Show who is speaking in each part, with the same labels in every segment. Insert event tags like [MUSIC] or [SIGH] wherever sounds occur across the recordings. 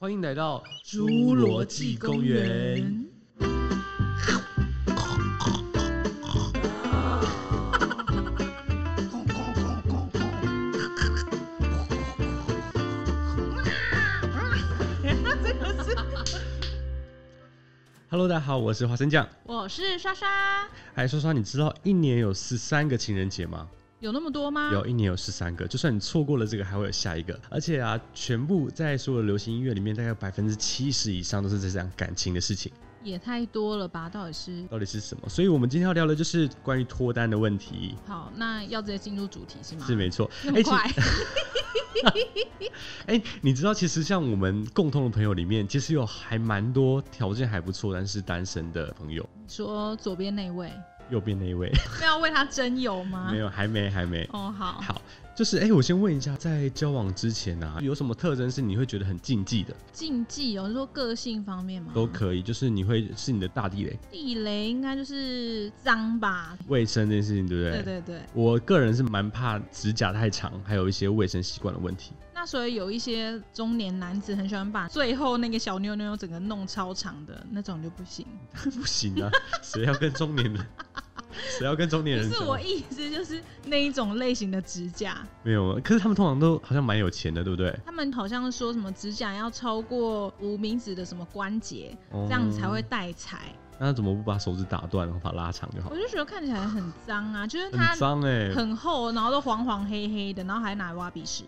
Speaker 1: 欢迎来到
Speaker 2: 侏罗纪公园。
Speaker 1: Hello，大家好，我是花生酱。
Speaker 2: 我是莎莎，
Speaker 1: 哎，说说你知道一年有十三个情人节吗？
Speaker 2: 有那么多吗？
Speaker 1: 有一年有十三个，就算你错过了这个，还会有下一个。而且啊，全部在所有的流行音乐里面，大概百分之七十以上都是在讲感情的事情。
Speaker 2: 也太多了吧？到底是
Speaker 1: 到底是什么？所以我们今天要聊的就是关于脱单的问题。
Speaker 2: 好，那要直接进入主题是吗？
Speaker 1: 是没错，哎
Speaker 2: 那么
Speaker 1: 其
Speaker 2: 快？
Speaker 1: 哎、你知道，其实像我们共同的朋友里面，其实有还蛮多条件还不错，但是单身的朋友。
Speaker 2: 说左边那位，
Speaker 1: 右边那一位、
Speaker 2: 不要为他争友吗？
Speaker 1: [LAUGHS] 没有，还没，还没。
Speaker 2: 哦，好，
Speaker 1: 好，就是哎、我先问一下，在交往之前啊，有什么特征是你会觉得很禁忌的？
Speaker 2: 禁忌哦，你说个性方面吗？
Speaker 1: 都可以，就是你会是你的大地雷，
Speaker 2: 地雷应该就是脏吧？
Speaker 1: 卫生这件事情，对不对？
Speaker 2: 对对对。
Speaker 1: 我个人是蛮怕指甲太长，还有一些卫生习惯的问题。 [LAUGHS]
Speaker 2: 那所以有一些中年男子很喜欢把最后那个小妞妞整个弄超长的那种就不行。
Speaker 1: 不行啊，谁要跟中年人？ [LAUGHS] 谁要跟中年
Speaker 2: 不
Speaker 1: 人？
Speaker 2: 是我，意思，就是那一种类型的指甲，
Speaker 1: 没有。啊可是他们通常都好像蛮有钱的，对不对？
Speaker 2: 他们好像说什么指甲要超过无名指的什么关节，这样才会
Speaker 1: 哦。
Speaker 2: 带财。
Speaker 1: 那他怎么不把手指打断，然后把它拉长就好
Speaker 2: 我？就觉得看起来很脏啊，就是它
Speaker 1: 哦很脏哎、
Speaker 2: 很厚，然后都黄黄黑黑的，然后还拿来挖鼻屎。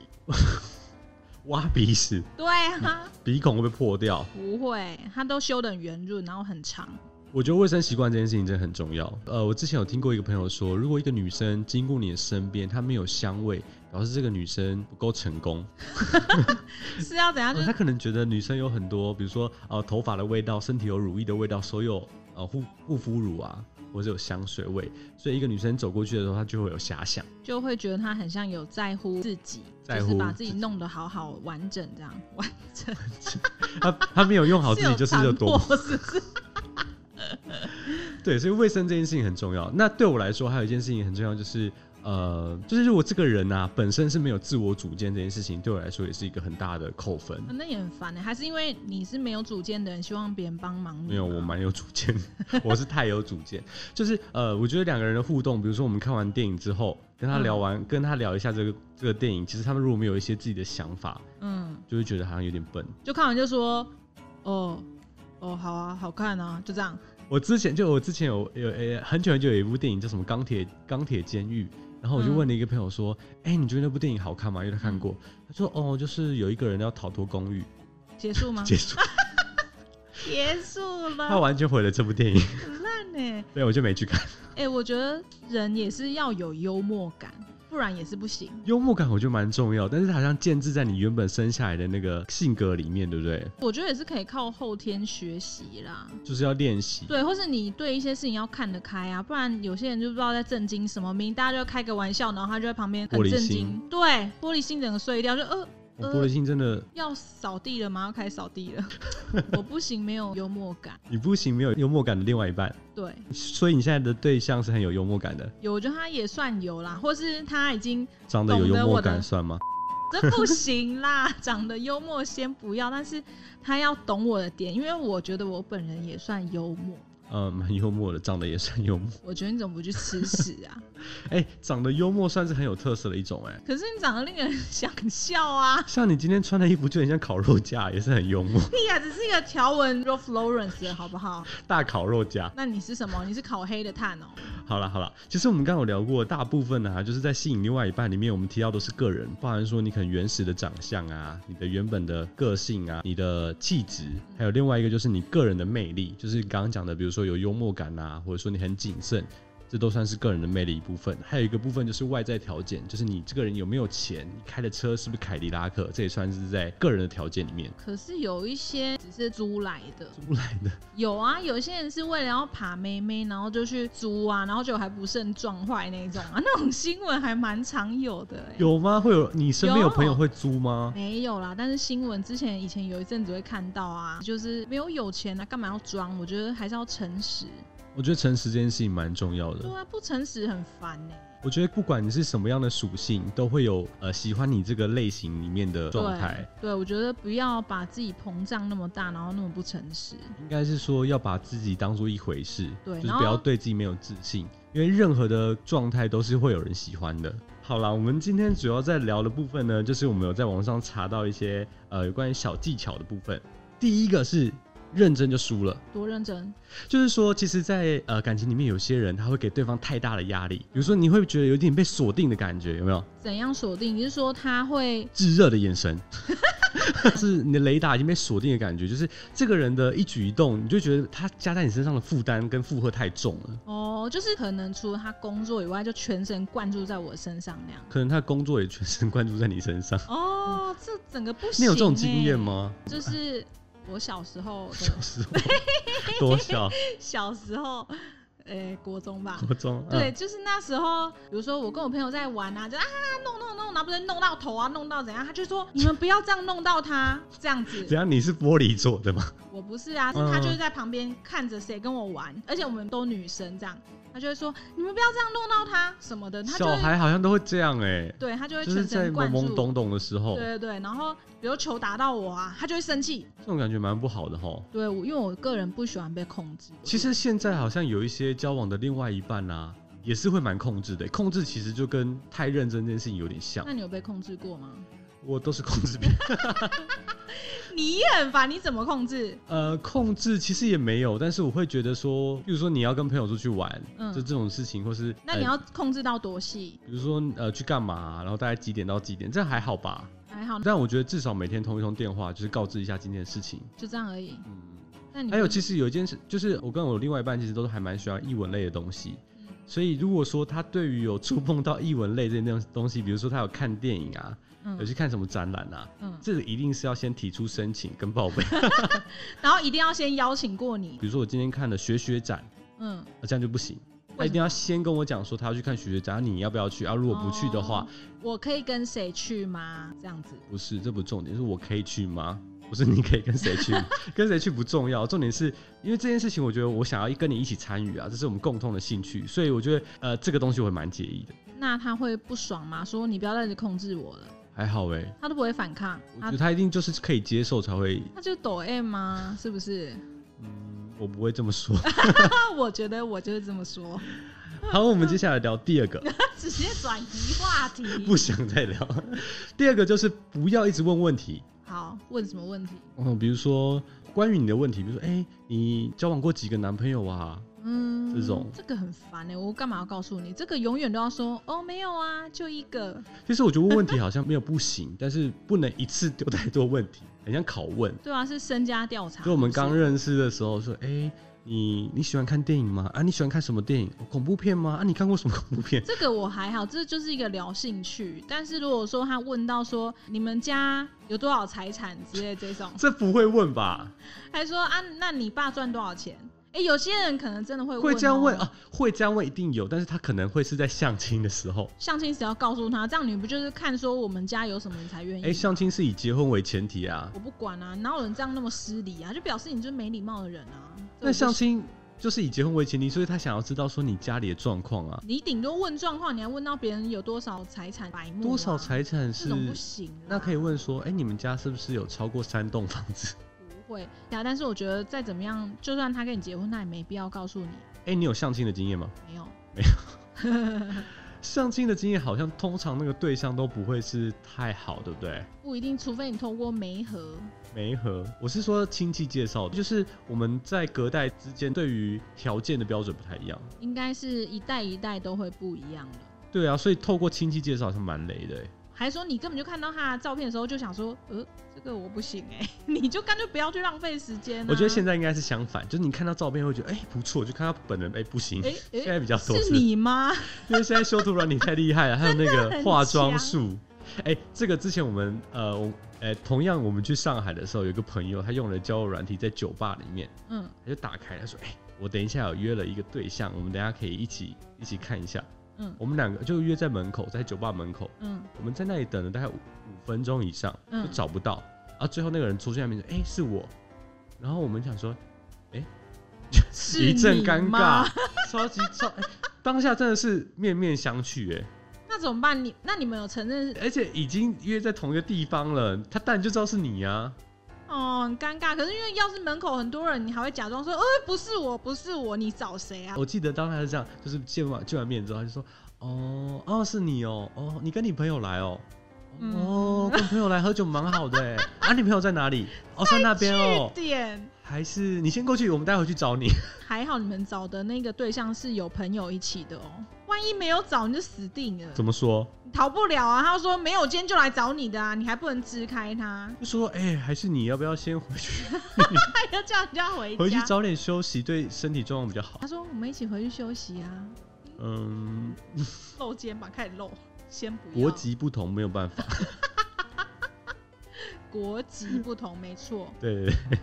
Speaker 1: 挖鼻屎，
Speaker 2: 对
Speaker 1: [LAUGHS]
Speaker 2: 啊，
Speaker 1: 鼻孔会不会破掉？
Speaker 2: 不会，它都修得很圆润，然后很长。
Speaker 1: 我觉得卫生习惯这件事情真的很重要。呃，我之前有听过一个朋友说，如果一个女生经过你的身边，她没有香味，表示这个女生不够成功。
Speaker 2: 是要怎样？就
Speaker 1: 呃
Speaker 2: 是
Speaker 1: 她可能觉得女生有很多，比如说呃头发的味道、身体有乳液的味道，所有呃护护肤乳啊，或者有香水味，所以一个女生走过去的时候，她就会有遐 [LAUGHS] 想。
Speaker 2: 就会觉得他很像有在乎自己，
Speaker 1: 在
Speaker 2: 就是
Speaker 1: 乎
Speaker 2: 把自己
Speaker 1: 自己
Speaker 2: 弄得好好完整这样完整。
Speaker 1: 她她没有用好自己，就是有多
Speaker 2: 是有残破是不是？
Speaker 1: [LAUGHS]
Speaker 2: [LAUGHS]
Speaker 1: 对，所以卫生这件事情很重要。那对我来说，还有一件事情很重要，就是呃，就是如果这个人啊本身是没有自我主见这件事情，对我来说也是一个很大的扣分。
Speaker 2: 啊那也很烦呢、还是因为你是没有主见的人，希望别人帮忙你吗？
Speaker 1: 没有，我蛮有主见， [LAUGHS] 我是太有主见。就是呃，我觉得两个人的互动，比如说我们看完电影之后，跟他聊完，跟他聊一下这个这个电影，其实他们如果没有一些自己的想法，
Speaker 2: 嗯，
Speaker 1: 就会觉得好像有点笨。
Speaker 2: 就看完就说，哦，哦，好啊，好看啊，就这样。
Speaker 1: 我之前就我之前有有呃、很久很久有一部电影叫什么《钢铁钢铁监狱》，然后我就问了一个朋友说：“哎、你觉得那部电影好看吗？”因为他看过，他说：“哦，就是有一个人要逃脱公寓，
Speaker 2: 结束吗？
Speaker 1: 结束。
Speaker 2: 结束”
Speaker 1: 他
Speaker 2: 了，
Speaker 1: 完全毁了这部电影，
Speaker 2: 很烂呢、
Speaker 1: 对，我就没去看。
Speaker 2: 哎、我觉得人也是要有幽默感，不然也是不行。
Speaker 1: 幽默感我觉得蛮重要，但是它好像建制在你原本生下来的那个性格里面，对不对？
Speaker 2: 我觉得也是可以靠后天学习啦，
Speaker 1: 就是要练习。
Speaker 2: 对，或是你对一些事情要看得开啊，不然有些人就不知道在震惊什么，明明大家就开个玩笑，然后他就在旁边很
Speaker 1: 玻璃
Speaker 2: 震
Speaker 1: 心
Speaker 2: 惊，对，玻璃心整个碎掉，就呃
Speaker 1: 我玻璃心真的，
Speaker 2: 要扫地了吗？要开始扫地了， [LAUGHS] 我不行，没有幽默感，
Speaker 1: 你不行，没有幽默感的另外一半，
Speaker 2: 对。
Speaker 1: 所以你现在的对象是很有幽默感的，
Speaker 2: 有，我觉得他也算有啦，或是他已经 [LAUGHS]
Speaker 1: 长得有
Speaker 2: 懂得
Speaker 1: 幽默
Speaker 2: 我的
Speaker 1: 感算吗？
Speaker 2: 这不行 [LAUGHS] 啦，长得幽默先不要，但是他要懂我的点，因为我觉得我本人也算幽默。
Speaker 1: 嗯，蛮幽默的，长得也算幽默。 [LAUGHS]
Speaker 2: 我觉得你怎么不去吃屎 [LAUGHS] 啊？
Speaker 1: 哎、长得幽默算是很有特色的一种、哎，
Speaker 2: 可是你长得令人想笑啊！
Speaker 1: 像你今天穿的衣服就很像烤肉架，也是很幽默， [LAUGHS]
Speaker 2: 屁啊，只是一个条纹 r o f Lawrence 的好不好？
Speaker 1: 大烤肉架。
Speaker 2: 那你是什么？你是烤黑的炭哦、
Speaker 1: 好了好了，其实我们刚刚有聊过，大部分啊，就是在吸引另外一半里面，我们提到都是个人，包含说你可能原始的长相啊，你的原本的个性啊，你的气质，还有另外一个就是你个人的魅力，就是刚刚讲的，比如说有幽默感啊，或者说你很谨慎。这都算是个人的魅力一部分，还有一个部分就是外在条件，就是你这个人有没有钱，你开的车是不是凯迪拉克，这也算是在个人的条件里面
Speaker 2: 可是有一些只是租来的，
Speaker 1: 出来的。
Speaker 2: 有啊，有些人是为了要爬妹妹，然后就去租啊，然后就还不慎撞坏那种啊，那种新闻还蛮常有的、欸。
Speaker 1: 有吗？会有你身边有
Speaker 2: 有
Speaker 1: 朋友会租吗？
Speaker 2: 没有啦，但是新闻之前以前有一阵子会看到啊，就是没有有钱啊，干嘛要装？我觉得还是要诚实。
Speaker 1: 我觉得诚实这件事情蛮重要的
Speaker 2: 对。啊，不诚实很烦欸呢、
Speaker 1: 我觉得不管你是什么样的属性，都会有呃喜欢你这个类型里面的状态。
Speaker 2: 对，我觉得不要把自己膨胀那么大，然后那么不诚实。
Speaker 1: 应该是说要把自己当做一回事，
Speaker 2: 对
Speaker 1: 就是
Speaker 2: 然后
Speaker 1: 不要对自己没有自信，因为任何的状态都是会有人喜欢的。好啦，我们今天主要在聊的部分呢，就是我们有在网上查到一些呃有关于小技巧的部分。第一个是认真就输了，
Speaker 2: 多认真，
Speaker 1: 就是说，其实在，呃感情里面，有些人他会给对方太大的压力，比如说你会觉得有点被锁定的感觉，有没有？
Speaker 2: 怎样锁定？你是说他会
Speaker 1: 炙热的眼神， [LAUGHS] 是你的雷达已经被锁定的感觉，就是这个人的一举一动，你就觉得他加在你身上的负担跟负荷太重了。
Speaker 2: 哦，就是可能除了他工作以外，就全神贯注在我身上那样。
Speaker 1: 可能他的工作也全神贯注在你身
Speaker 2: [LAUGHS]
Speaker 1: 上，
Speaker 2: 哦，这整个不行、欸。
Speaker 1: 你有这种经验？吗？
Speaker 2: 就是我小时候
Speaker 1: 小
Speaker 2: [LAUGHS] 的，
Speaker 1: 时候 [LAUGHS] 多小，
Speaker 2: 小时候，诶、国中吧。
Speaker 1: 国中，
Speaker 2: 对，
Speaker 1: 嗯，
Speaker 2: 就是那时候，比如说我跟我朋友在玩啊，就啊弄弄弄，然后不是弄到头啊，弄到怎样，他就说你们不要这样弄到他，这样子。
Speaker 1: 怎样？你是玻璃做的吗？
Speaker 2: 我不是啊，是
Speaker 1: 嗯
Speaker 2: 他就是在旁边看着谁跟我玩，而且我们都女生这样，他就会说你们不要这样弄到他什么的， [LAUGHS] 他就
Speaker 1: 小
Speaker 2: 会
Speaker 1: 孩好像都会这样哎、
Speaker 2: 对他就会
Speaker 1: 就
Speaker 2: 全
Speaker 1: 是在懵
Speaker 2: 神贯
Speaker 1: 懵
Speaker 2: 注。
Speaker 1: 懂懂的时候
Speaker 2: 对，对对，然后比如球打到我啊，他就会生气。
Speaker 1: 这种感觉蛮不好的哈。
Speaker 2: 对，我因为我个人不喜欢被控制。
Speaker 1: 其实现在好像有一些交往的另外一半啊，也是会蛮控制的。欸控制其实就跟太认真这件事情有点像
Speaker 2: 那，你有被控制过吗？ [LAUGHS]
Speaker 1: 我都是控制别人。
Speaker 2: 你也很烦，你怎么控制？
Speaker 1: 呃，控制其实也没有，但是我会觉得说，比如说你要跟朋友出去玩，
Speaker 2: 嗯
Speaker 1: 就这种事情，或是
Speaker 2: 那你
Speaker 1: 呃
Speaker 2: 要控制到多细？
Speaker 1: 比如说呃去干嘛、然后大概几点到几点，这还好吧？
Speaker 2: 还好，
Speaker 1: 但我觉得至少每天通一通电话，就是告知一下今天的事情。
Speaker 2: 就这样而已。
Speaker 1: 嗯，
Speaker 2: 那你
Speaker 1: 还有
Speaker 2: 不
Speaker 1: 其实有一件事，就是我跟我另外一半其实都是还蛮喜欢译文类的东西。
Speaker 2: 嗯
Speaker 1: 所以，如果说他对于有触碰到译文类这种东西，比如说他有看电影啊，有
Speaker 2: 嗯
Speaker 1: 去看什么展览啊，
Speaker 2: 嗯，
Speaker 1: 这个一定是要先提出申请跟报备。 [LAUGHS]
Speaker 2: 然后一定要先邀请过你。
Speaker 1: 比如说我今天看了学学展，
Speaker 2: 嗯，
Speaker 1: 呃这样就不行，他
Speaker 2: 为
Speaker 1: 一
Speaker 2: 什
Speaker 1: 定要先跟我讲说他要去看学学展，啊你要不要去啊？如果不去的话，
Speaker 2: 哦我可以跟谁去吗？这样子。
Speaker 1: 不是，这不重点，是我可以去吗？不是你可以跟谁去，跟谁去不重要，重点是因为这件事情，我觉得我想要跟你一起参与啊，这是我们共同的兴趣，所以我觉得呃这个东西我会蛮介意的。
Speaker 2: 那他会不爽吗？说你不要再一直控制我了，
Speaker 1: 还好哎、
Speaker 2: 他都不会反抗，
Speaker 1: 我觉
Speaker 2: 他
Speaker 1: 得他一定就是可以接受才会，
Speaker 2: 他就抖 M 吗？是不是？
Speaker 1: 嗯，我不会这么说。 [LAUGHS]
Speaker 2: 那我觉得我就是这么说， [LAUGHS]
Speaker 1: 好，我们接下来聊第二个，
Speaker 2: 直接转移话题。
Speaker 1: 不想再聊。 [LAUGHS] 第二个就是不要一直问问题，
Speaker 2: 好，问什么问题？
Speaker 1: 嗯，比如说关于你的问题，比如说，哎、你交往过几个男朋友啊？
Speaker 2: 嗯，
Speaker 1: 这种
Speaker 2: 这个很烦哎、我干嘛要告诉你？这个永远都要说哦，没有啊，就一个。
Speaker 1: 其实我觉得问问题好像没有不
Speaker 2: [LAUGHS]
Speaker 1: 行，但是不能一次丢太多问题，很像拷问。
Speaker 2: 对啊，是身家调查。
Speaker 1: 就我们
Speaker 2: 是不是
Speaker 1: 刚认识的时候说，哎、你你喜欢看电影吗？啊，你喜欢看什么电影？哦恐怖片吗？啊，你看过什么恐怖
Speaker 2: [LAUGHS]
Speaker 1: 片？，
Speaker 2: 这个我还好，这就是一个聊兴趣。但是如果说他问到说你们家有多少财产之类这种
Speaker 1: 这不会问吧？
Speaker 2: 还说啊，那你爸赚多少钱？哎、有些人可能真的会问、哦
Speaker 1: 会这样问。啊？会这样问一定有，但是他可能会是在相亲的时候。
Speaker 2: 相亲只要告诉他，这样你不就是看说我们家有什么你才愿意？
Speaker 1: 哎、相亲是以结婚为前提啊。
Speaker 2: 我不管啊，哪有人这样那么失礼啊？就表示你就是没礼貌的人啊。这
Speaker 1: 那
Speaker 2: 我不
Speaker 1: 相
Speaker 2: 行
Speaker 1: 亲就是以结婚为前提，所以他想要知道说你家里的状况啊，
Speaker 2: 你顶多问状况，你还问到别人有多少财产，白目啊
Speaker 1: 多少财产
Speaker 2: 这
Speaker 1: 是？
Speaker 2: 种不行啊啦。
Speaker 1: 那可以问说，哎、你们家是不是有超过三栋房子？
Speaker 2: 不会呀？但是我觉得再怎么样，就算他跟你结婚，他也没必要告诉你啊
Speaker 1: 哎、你有相亲的经验吗？
Speaker 2: 没有。
Speaker 1: 相亲的经验好像通常那个对象都不会是太好，对不对？
Speaker 2: 不一定，除非你透过媒合。
Speaker 1: 没和，我是说亲戚介绍的，就是我们在隔代之间对于条件的标准不太一样。
Speaker 2: 应该是一代一代都会不一样的。
Speaker 1: 对啊，所以透过亲戚介绍是蛮雷的、哎
Speaker 2: 还说你根本就看到他的照片的时候就想说，呃，这个我不行哎、 [LAUGHS] 你就干脆不要去浪费时间、啊。
Speaker 1: 我觉得现
Speaker 2: 在
Speaker 1: 在应该是相反，就是你看到照片会觉得，哎、不错，就看到本人，哎、不行。
Speaker 2: 哎
Speaker 1: 现
Speaker 2: 哎、
Speaker 1: 在比较多
Speaker 2: 是
Speaker 1: 不
Speaker 2: 你吗？
Speaker 1: 因为现在修图软体太厉害了，还有那个
Speaker 2: 很
Speaker 1: 化妆术。哎、这个之前我们呃，我哎、同样我们去上海的时候，有一个朋友他用了交友软体在酒吧里面，
Speaker 2: 嗯，
Speaker 1: 他就打开他说：“哎、我等一下有约了一个对象，我们等一下可以一起一起看一下。”
Speaker 2: 嗯
Speaker 1: 我们两个就约在门口，在酒吧门口，
Speaker 2: 嗯，
Speaker 1: 我们在那里等了大概五五分钟以上，
Speaker 2: 嗯
Speaker 1: 就找不啊到。然后最后那个人出现在面前，哎、是我。然后我们想说，哎、
Speaker 2: 是
Speaker 1: 一阵
Speaker 2: 你
Speaker 1: 尴
Speaker 2: 吗
Speaker 1: 尬，超级超、哎当下真的是面面相觑哎、
Speaker 2: 那怎么办？你那你们有承认
Speaker 1: 而且已经约在同一个地方了，他当然就知道是你啊。
Speaker 2: 哦，很尴尬。可是因为要是门口很多人，你还会假装说，呃，不是我，不是我，你找谁啊？
Speaker 1: 我记得当时是这样，就是见完见完面之后，他就说：“哦，哦，是你哦，哦，你跟你朋友来哦，
Speaker 2: 嗯
Speaker 1: 哦，跟朋友来喝酒蛮好的哎。啊，你朋友在哪里？哦，在那边哦，
Speaker 2: 点
Speaker 1: 还是你先过去，我们待会去找你。 [LAUGHS]
Speaker 2: 还好，你们找的那个对象是有朋友一起的哦。万一没有找，你就死定了，
Speaker 1: 怎么说？
Speaker 2: 你逃不了啊！他说没有，今天就来找你的啊，你还不能支开他， [LAUGHS]
Speaker 1: 就说哎、还是你要不要先回去，
Speaker 2: 还要叫人家回家。
Speaker 1: 回去早点休息，对身体状况比较好
Speaker 2: 他。说我们一起回去休息啊，
Speaker 1: 嗯，
Speaker 2: 露肩膀开始露，先不要。
Speaker 1: 国籍不同没有办法。
Speaker 2: 国籍不同，没
Speaker 1: [LAUGHS]
Speaker 2: 错。
Speaker 1: 对对对。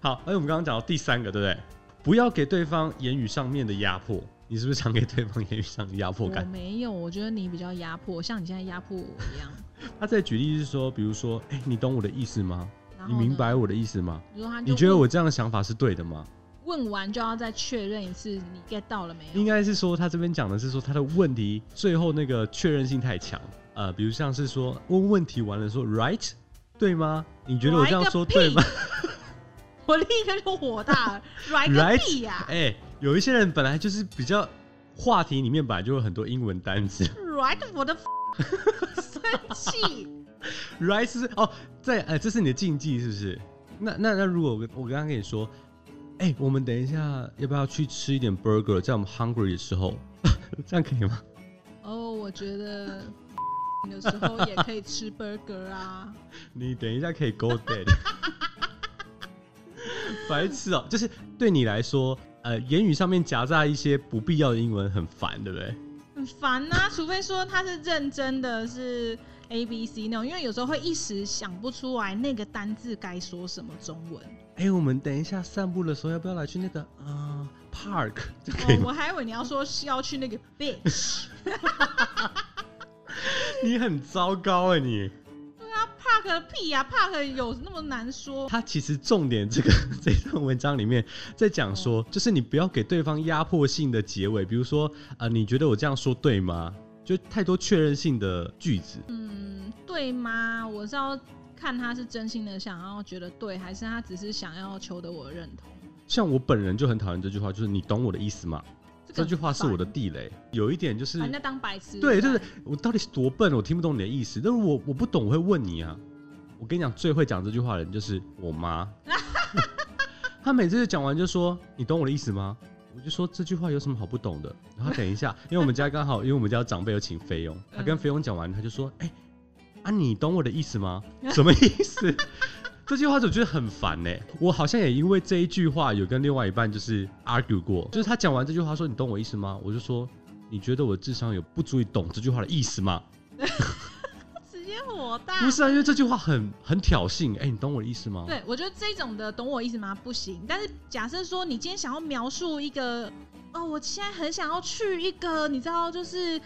Speaker 1: 好，哎而且我们刚刚讲到第三个，对不对？不要给对方言语上面的压迫。你是不是常给对方言语上的压迫感
Speaker 2: 我？没有，我觉得你比较压迫，像你现在压迫我一样。
Speaker 1: 他在举例是说，比如说，哎、你懂我的意思吗？
Speaker 2: 然后
Speaker 1: [LAUGHS] 你
Speaker 2: 呢
Speaker 1: 明？白我的意思吗？
Speaker 2: 你说他就
Speaker 1: 你觉得我这样的想法是对的吗？
Speaker 2: 问问完就要再确认一次，你 get 到了没有？
Speaker 1: 应该是说，他这边讲的是说他的问题最后那个确认性太强，呃，比如像是说问问题完了说 right 对吗？你觉得我这样说对吗？
Speaker 2: [LAUGHS] 我立刻就火大了，来个
Speaker 1: Right？
Speaker 2: 屁呀、
Speaker 1: [LAUGHS] 哎、有一些人本来就是比较话题里面本来就有很多英文单词
Speaker 2: Right，我的生
Speaker 1: [LAUGHS]
Speaker 2: 气，
Speaker 1: ，right 是哦，在呃，这是你的禁忌是不是？那那那如果我我刚刚跟你说，哎、我们等一下要不要去吃一点 burger，在我们 hungry 的时候， [LAUGHS] 这样可以吗？
Speaker 2: 哦，我觉得有时候也可以吃 burger 啊。
Speaker 1: 你等一下可以 go dead，白痴哦、就是对你来说，呃，言语上面夹杂一些不必要的英文很烦，对不对？
Speaker 2: 很烦呐、除非说他是认真的，是 A B C 那种，因为有时候会一时想不出来那个单字该说什么中文。
Speaker 1: 哎、我们等一下散步的时候，要不要来去那个呃 park？这可以
Speaker 2: 哦，
Speaker 1: 吗？ [LAUGHS]
Speaker 2: 我还以为你要说是要去那个 bitch
Speaker 1: 你很糟糕哎、你。
Speaker 2: park 屁呀、park 有那么难说？
Speaker 1: 他其实重点这个 [LAUGHS] 这段文章里面在讲说，
Speaker 2: 嗯
Speaker 1: 就是你不要给对方压迫性的结尾，比如说呃，你觉得我这样说对吗？就太多确认性的句子。
Speaker 2: 嗯，对吗？我是要看他是真心的想要觉得对，还是他只是想要求得我的认同。
Speaker 1: 像我本人就很讨厌这句话，就是你懂我的意思吗？
Speaker 2: 这啊个
Speaker 1: 这句话是我的
Speaker 2: 很
Speaker 1: 地雷，有一点就是
Speaker 2: 烦，把人家当白痴。
Speaker 1: 对，
Speaker 2: 不
Speaker 1: 就是我到底是多笨，我听不懂你的意思。但是我我不懂，我会问你啊。我跟你讲，最会讲这句话的人就是我妈，她每次讲完就说：“你懂我的意思吗？”我就说这句话有什么好不懂的？然后等一下， [LAUGHS] 因为我们家刚好，因为我们家长辈有请菲佣，他跟
Speaker 2: 嗯
Speaker 1: 菲佣讲完，他就说：“哎、啊，你懂我的意思吗？
Speaker 2: 嗯
Speaker 1: 什么意思？”
Speaker 2: [LAUGHS]
Speaker 1: 这句话我觉得很烦呢、我好像也因为这一句话有跟另外一半就是 argue 过，就是他讲完这句话说你懂我意思吗？我就说你觉得我智商有不足以懂这句话的意思吗？
Speaker 2: 直接火大。
Speaker 1: 不是啊，因为这句话很很挑衅。哎、你懂我的意思吗？
Speaker 2: 对，我觉得这种的，懂我意思吗？不行。但是假设说你今天想要描述一个，哦，我现在很想要去一个，你知道，就是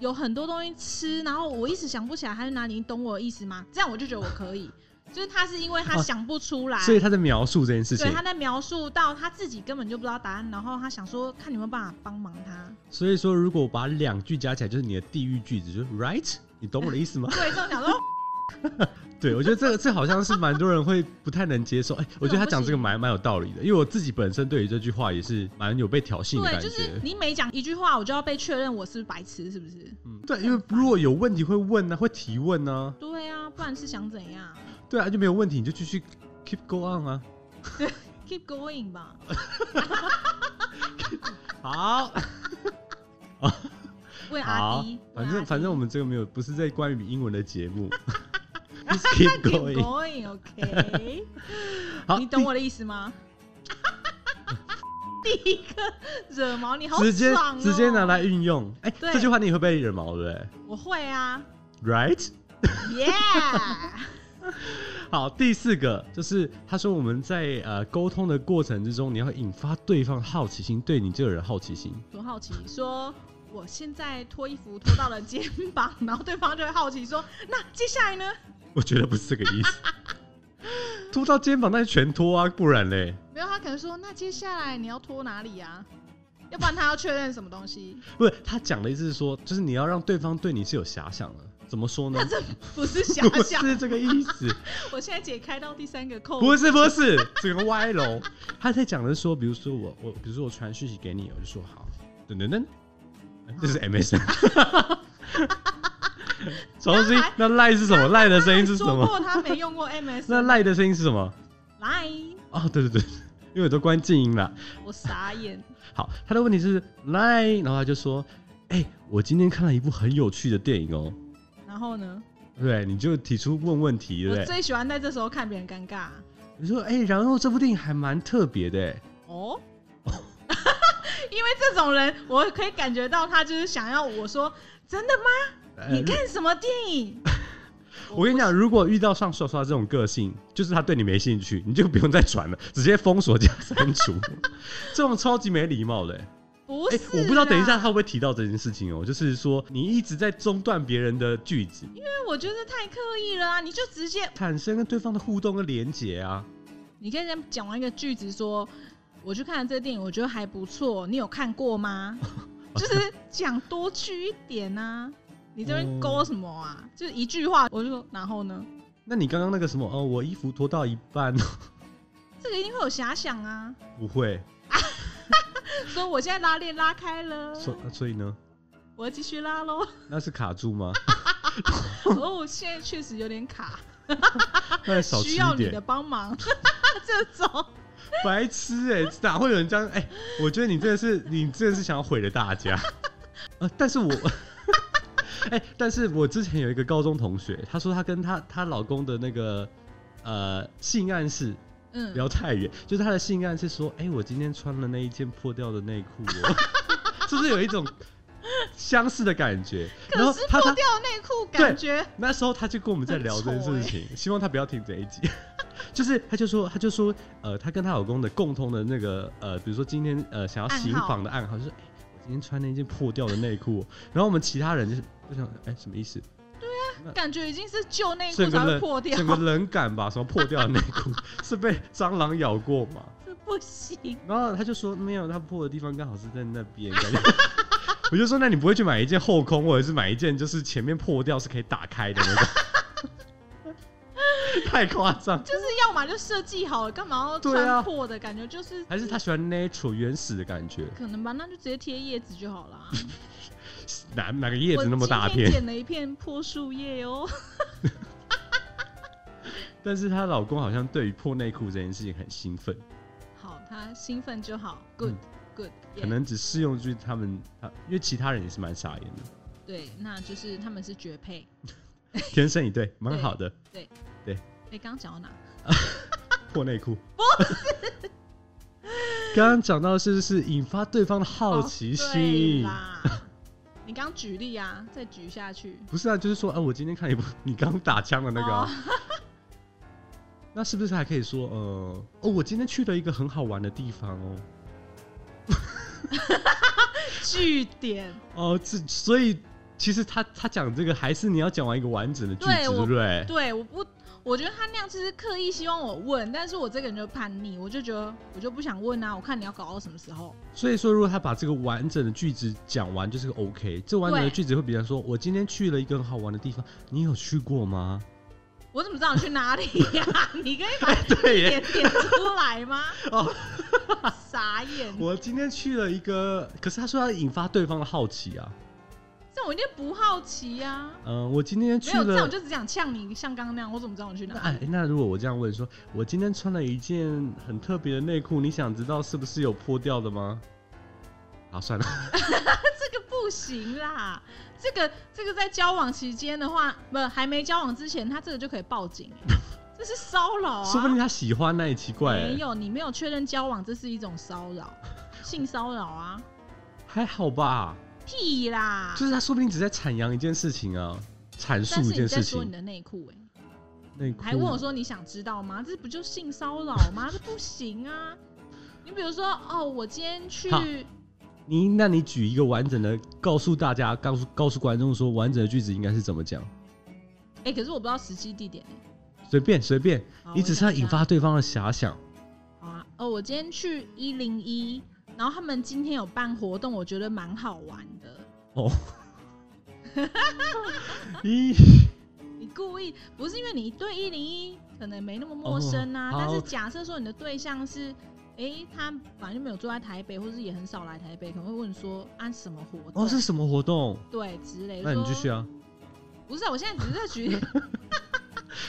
Speaker 2: 有很多东西吃，然后我一时想不起来它是哪里，你懂我的意思吗？这样我就觉得我可以。就是他是因为他
Speaker 1: 哦
Speaker 2: 想不出来，
Speaker 1: 所以他在描述这件事情
Speaker 2: 对，他在描述到他自己根本就不知道答案，然后他想说看有没有办法帮忙
Speaker 1: [LAUGHS]
Speaker 2: 他。
Speaker 1: 所以说如果我把两句加起来，就是你的地狱句子，就是 right。你懂我的意思吗？
Speaker 2: [LAUGHS] 对，这种想说
Speaker 1: 对，我觉得这个这好像是蛮多人会不太能接受。
Speaker 2: [LAUGHS]
Speaker 1: 哎、我觉得他讲这个蛮蛮有道理的，因为我自己本身对于这句话也是蛮有被挑衅的
Speaker 2: 对，
Speaker 1: 感觉。
Speaker 2: 就是你每讲一句话，我就要被确认我是不是白痴，是不是？
Speaker 1: 嗯，对，因为如果有问题会问啊呢、会提问呢、
Speaker 2: 对啊，不然是想怎样
Speaker 1: 对啊，就没有问题，你就继续 keep go on 啊。
Speaker 2: ？Keep going 吧。
Speaker 1: 好，
Speaker 2: 问阿
Speaker 1: 好
Speaker 2: 迪，，
Speaker 1: 反
Speaker 2: 问阿
Speaker 1: 正
Speaker 2: 迪
Speaker 1: 反正
Speaker 2: [LAUGHS]
Speaker 1: 我们这个没有，不是在关于英文的节目，just keep
Speaker 2: keep
Speaker 1: going。
Speaker 2: going，OK？
Speaker 1: [LAUGHS] 好，
Speaker 2: 你懂
Speaker 1: 第
Speaker 2: 我的意思吗？ [LAUGHS] 第一个惹毛你，好
Speaker 1: 直接
Speaker 2: 爽哦
Speaker 1: 直接拿来，运用。哎，
Speaker 2: 对
Speaker 1: 这句话你也会被惹毛对
Speaker 2: 我会啊
Speaker 1: 不对？Right？
Speaker 2: ，Yeah，
Speaker 1: 好，第四个就是他说我们在呃沟通的过程之中，你要引发对方好奇心，对你这个人好奇心。
Speaker 2: 多好奇，说我现在脱衣服脱到了肩膀，然后对方就会好奇说，那接下来呢？ [LAUGHS]
Speaker 1: 我觉得不是这个意思。拖到肩膀那就全拖啊，不然嘞，
Speaker 2: 没有，他可能说，那接下来你要拖哪里啊？要不然他要确认什么东西？ [LAUGHS]
Speaker 1: 不是他讲的意思是说，就是你要让对方对你是有遐想的。怎么
Speaker 2: [LAUGHS]
Speaker 1: 说呢？
Speaker 2: 不是想
Speaker 1: 不
Speaker 2: 想，
Speaker 1: 是这个意思，
Speaker 2: 我现在解开到第三个扣，
Speaker 1: 不是不 [LAUGHS] 是，整个歪楼。他在讲的是说，比如说我我，比如说我传讯息给你，我就说好，等等等，
Speaker 2: 啊
Speaker 1: 这是 MSN。重新，那赖是什么？赖的声音是什
Speaker 2: 他还说
Speaker 1: 么？
Speaker 2: 过他没 [LAUGHS] 用过 MS，
Speaker 1: 那赖的声音是什么？
Speaker 2: 来，
Speaker 1: 哦，对对对，因为我都关静音了。
Speaker 2: 我傻眼。
Speaker 1: 好，他的问题是来，然后他就说：“哎、我今天看了一部很有趣的电影哦、
Speaker 2: 然后呢，
Speaker 1: 对不对？”你就提出问问题，对不
Speaker 2: 我
Speaker 1: 对？
Speaker 2: 最喜欢在这时候看别人尴尬。
Speaker 1: 你说：“哎、然后这部电影还蛮特别的、哎
Speaker 2: 哦， [LAUGHS] 因为这种人，我可以感觉到他就是想要我说，真的吗？
Speaker 1: 呃
Speaker 2: 你看什么电影？
Speaker 1: [LAUGHS] 我跟你讲，如果遇到像刷刷这种个性，就是他对你没兴趣，你就不用再传了，直接封锁加删除， [LAUGHS] 这种超级没礼貌的、哎
Speaker 2: 不是
Speaker 1: 哎、
Speaker 2: 啦、
Speaker 1: 我不知道等一下他会不会提到这件事情哦、就是说你一直在中断别人的句子，
Speaker 2: 因为我觉得太刻意了啊！你就直接，
Speaker 1: 产生跟对方的互动跟连结啊。
Speaker 2: 你可以先讲完一个句子说，我去看了这个电影，我觉得还不错，你有看
Speaker 1: [LAUGHS]
Speaker 2: 过吗？就是讲多句一点啊！你这
Speaker 1: 哦
Speaker 2: 边勾什么啊？就是一句话，我就说，然后呢？
Speaker 1: 那你刚刚那个什么哦，我衣服脱到一半，
Speaker 2: 这个一定会有遐想啊！
Speaker 1: 不会，
Speaker 2: 所以我现在拉链拉开了，
Speaker 1: 所啊所以呢，
Speaker 2: 我要继续拉
Speaker 1: [LAUGHS]
Speaker 2: 喽。
Speaker 1: 那是卡住
Speaker 2: [LAUGHS]
Speaker 1: 吗？
Speaker 2: 哦，现在确实有点卡，
Speaker 1: 那少吃
Speaker 2: 需要
Speaker 1: 一
Speaker 2: 你的
Speaker 1: 点，
Speaker 2: 帮忙。 [LAUGHS] 这种
Speaker 1: 白痴哎、哪会有人这样？哎、我觉得你真的是，你真的是想要毁了大家。 [LAUGHS] 呃，但是我， [LAUGHS] 哎、但是我之前有一个高中同学，她说她跟她她老公的那个呃性暗示
Speaker 2: 嗯
Speaker 1: 不，要太远，就是她的性暗示说，哎、我今天穿了那一件破掉的内裤哦， [LAUGHS] 是不是有一种相似的感觉？然
Speaker 2: 可
Speaker 1: 后
Speaker 2: 是
Speaker 1: 她她
Speaker 2: 破掉内裤，感觉
Speaker 1: 那时候他就跟我们在聊这件事情，希望他不要听这一集。 [LAUGHS] 就是他就说，他就说，呃，她跟她老公的共同的那个，呃，比如说今天呃想要行房的暗号，就是、哎我今天穿了一件破掉的内 [LAUGHS] 裤，然后我们其他人就是就想，哎、什么意思？
Speaker 2: 感觉已经是旧内裤
Speaker 1: 整
Speaker 2: 才
Speaker 1: 个
Speaker 2: 会
Speaker 1: 冷
Speaker 2: 破掉，
Speaker 1: 整个冷感吧，什么破掉的内裤 [LAUGHS] 是被蟑螂咬过嘛？
Speaker 2: 这不行。
Speaker 1: 然后他就说没有，他破的地方刚好是在那边。感觉 [LAUGHS] 我就说，那你不会去买一件后空，或者是买一件就是前面破掉是可以打开的那种？ [LAUGHS] 太夸张，
Speaker 2: 就是要么就设计好了，干嘛要
Speaker 1: 对啊
Speaker 2: 穿破的感觉？就是
Speaker 1: 还是他喜欢 natural 原始的感觉？
Speaker 2: 可能吧，那就直接贴叶子就好了。啊
Speaker 1: 哪哪个 [LAUGHS] 叶
Speaker 2: 我
Speaker 1: 子那么大
Speaker 2: 今天
Speaker 1: 片？
Speaker 2: 捡了一片破树叶哦。
Speaker 1: [LAUGHS] 但是她老公好像对于破内裤这件事情很兴奋，
Speaker 2: 好，他兴奋就好，good
Speaker 1: 嗯
Speaker 2: good，
Speaker 1: 可
Speaker 2: yeah。
Speaker 1: 能只适用于他们，他因为其他人也是蛮傻眼
Speaker 2: [LAUGHS]
Speaker 1: 的，
Speaker 2: 对，那就是他们是绝配。
Speaker 1: 天生一对，蛮好的
Speaker 2: 哎，刚刚讲到哪？
Speaker 1: 破内裤。 [LAUGHS] 刚刚讲到是不是引发对方的好奇
Speaker 2: 哦对
Speaker 1: 心？ [LAUGHS]
Speaker 2: 啦。你刚举例啊，再举下去。
Speaker 1: 不是啊，就是说，啊，我今天看一部你刚打枪的那
Speaker 2: 哦
Speaker 1: 个啊、 [LAUGHS] 那是不是还可以说，呃，哦，我今天去了一个很好玩的地方哦，
Speaker 2: 据点，
Speaker 1: 哦，这所以其实他他讲这个还是你要讲完一个完整的句
Speaker 2: 对
Speaker 1: 子，
Speaker 2: 我
Speaker 1: 对不对？
Speaker 2: 对，我不，我觉得他那样就是刻意希望我问，但是我这个人就叛逆，我就觉得我就不想问啊，我看你要搞到什么时候。
Speaker 1: 所以说，如果他把这个完整的句子讲完，就是 OK。这完整的
Speaker 2: 对
Speaker 1: 句子会比方说，我今天去了一个很好玩的地方，你有去过
Speaker 2: [LAUGHS]
Speaker 1: 吗？
Speaker 2: 我怎么知道你去哪里呀、 [LAUGHS] 你可以把
Speaker 1: 对耶，
Speaker 2: 点点出来吗？
Speaker 1: [LAUGHS] 哦
Speaker 2: 傻眼，
Speaker 1: 我今天去了一个，可是他说要引发对方的好奇啊。
Speaker 2: 这我一定不好奇呀、
Speaker 1: 嗯、我今天
Speaker 2: 没
Speaker 1: 去
Speaker 2: 有这样，
Speaker 1: 了
Speaker 2: 我。就只想呛你，像刚刚那样，我怎么知道你去
Speaker 1: 那
Speaker 2: 哪
Speaker 1: 哎
Speaker 2: 里？
Speaker 1: 那如果我这样问说，我今天穿了一件很特别的内裤，你想知道是不是有破掉的吗？好，算了， [LAUGHS]
Speaker 2: 这个不行啦，这个这个在交往期间的话，不还没交往之前，他这个就可以报警、欸这是骚扰啊！
Speaker 1: 说不定他喜欢那也奇怪、欸，
Speaker 2: 没有，你没有确认交往，这是一种骚扰，性骚扰啊！
Speaker 1: 还好吧？
Speaker 2: 屁啦！
Speaker 1: 就是他说不定只在阐扬一件事情啊，阐述
Speaker 2: 但是
Speaker 1: 一
Speaker 2: 你
Speaker 1: 件
Speaker 2: 在
Speaker 1: 事
Speaker 2: 说你
Speaker 1: 情。
Speaker 2: 的内裤哎，
Speaker 1: 内裤
Speaker 2: 还问我说你想知道吗？这不就性骚扰吗？这不行啊！你比如说哦，我今天去
Speaker 1: 好你，那你举一个完整的，告诉大家，告诉告诉观众说完整的句子应该是怎么讲，
Speaker 2: 哎、可是我不知道时机地点、欸。
Speaker 1: 随便随便，
Speaker 2: 好
Speaker 1: 你只是要引发对方的遐想。
Speaker 2: 我想一下好啊，哦，我今天去一零一，然后他们今天有办活动，我觉得蛮好玩的。
Speaker 1: 哦，咦，
Speaker 2: 你故意不是因为你对一零一可能没那么陌生啊，
Speaker 1: 哦好
Speaker 2: 但是假设说你的对象是，诶，他本来就没有住在台北，或是也很少来台北，可能会问说啊什么活动，
Speaker 1: 哦是什么活动？
Speaker 2: 对之类。
Speaker 1: 那你继续
Speaker 2: 啊。 [LAUGHS]
Speaker 1: 啊，
Speaker 2: 不是、啊，我现在只是在举，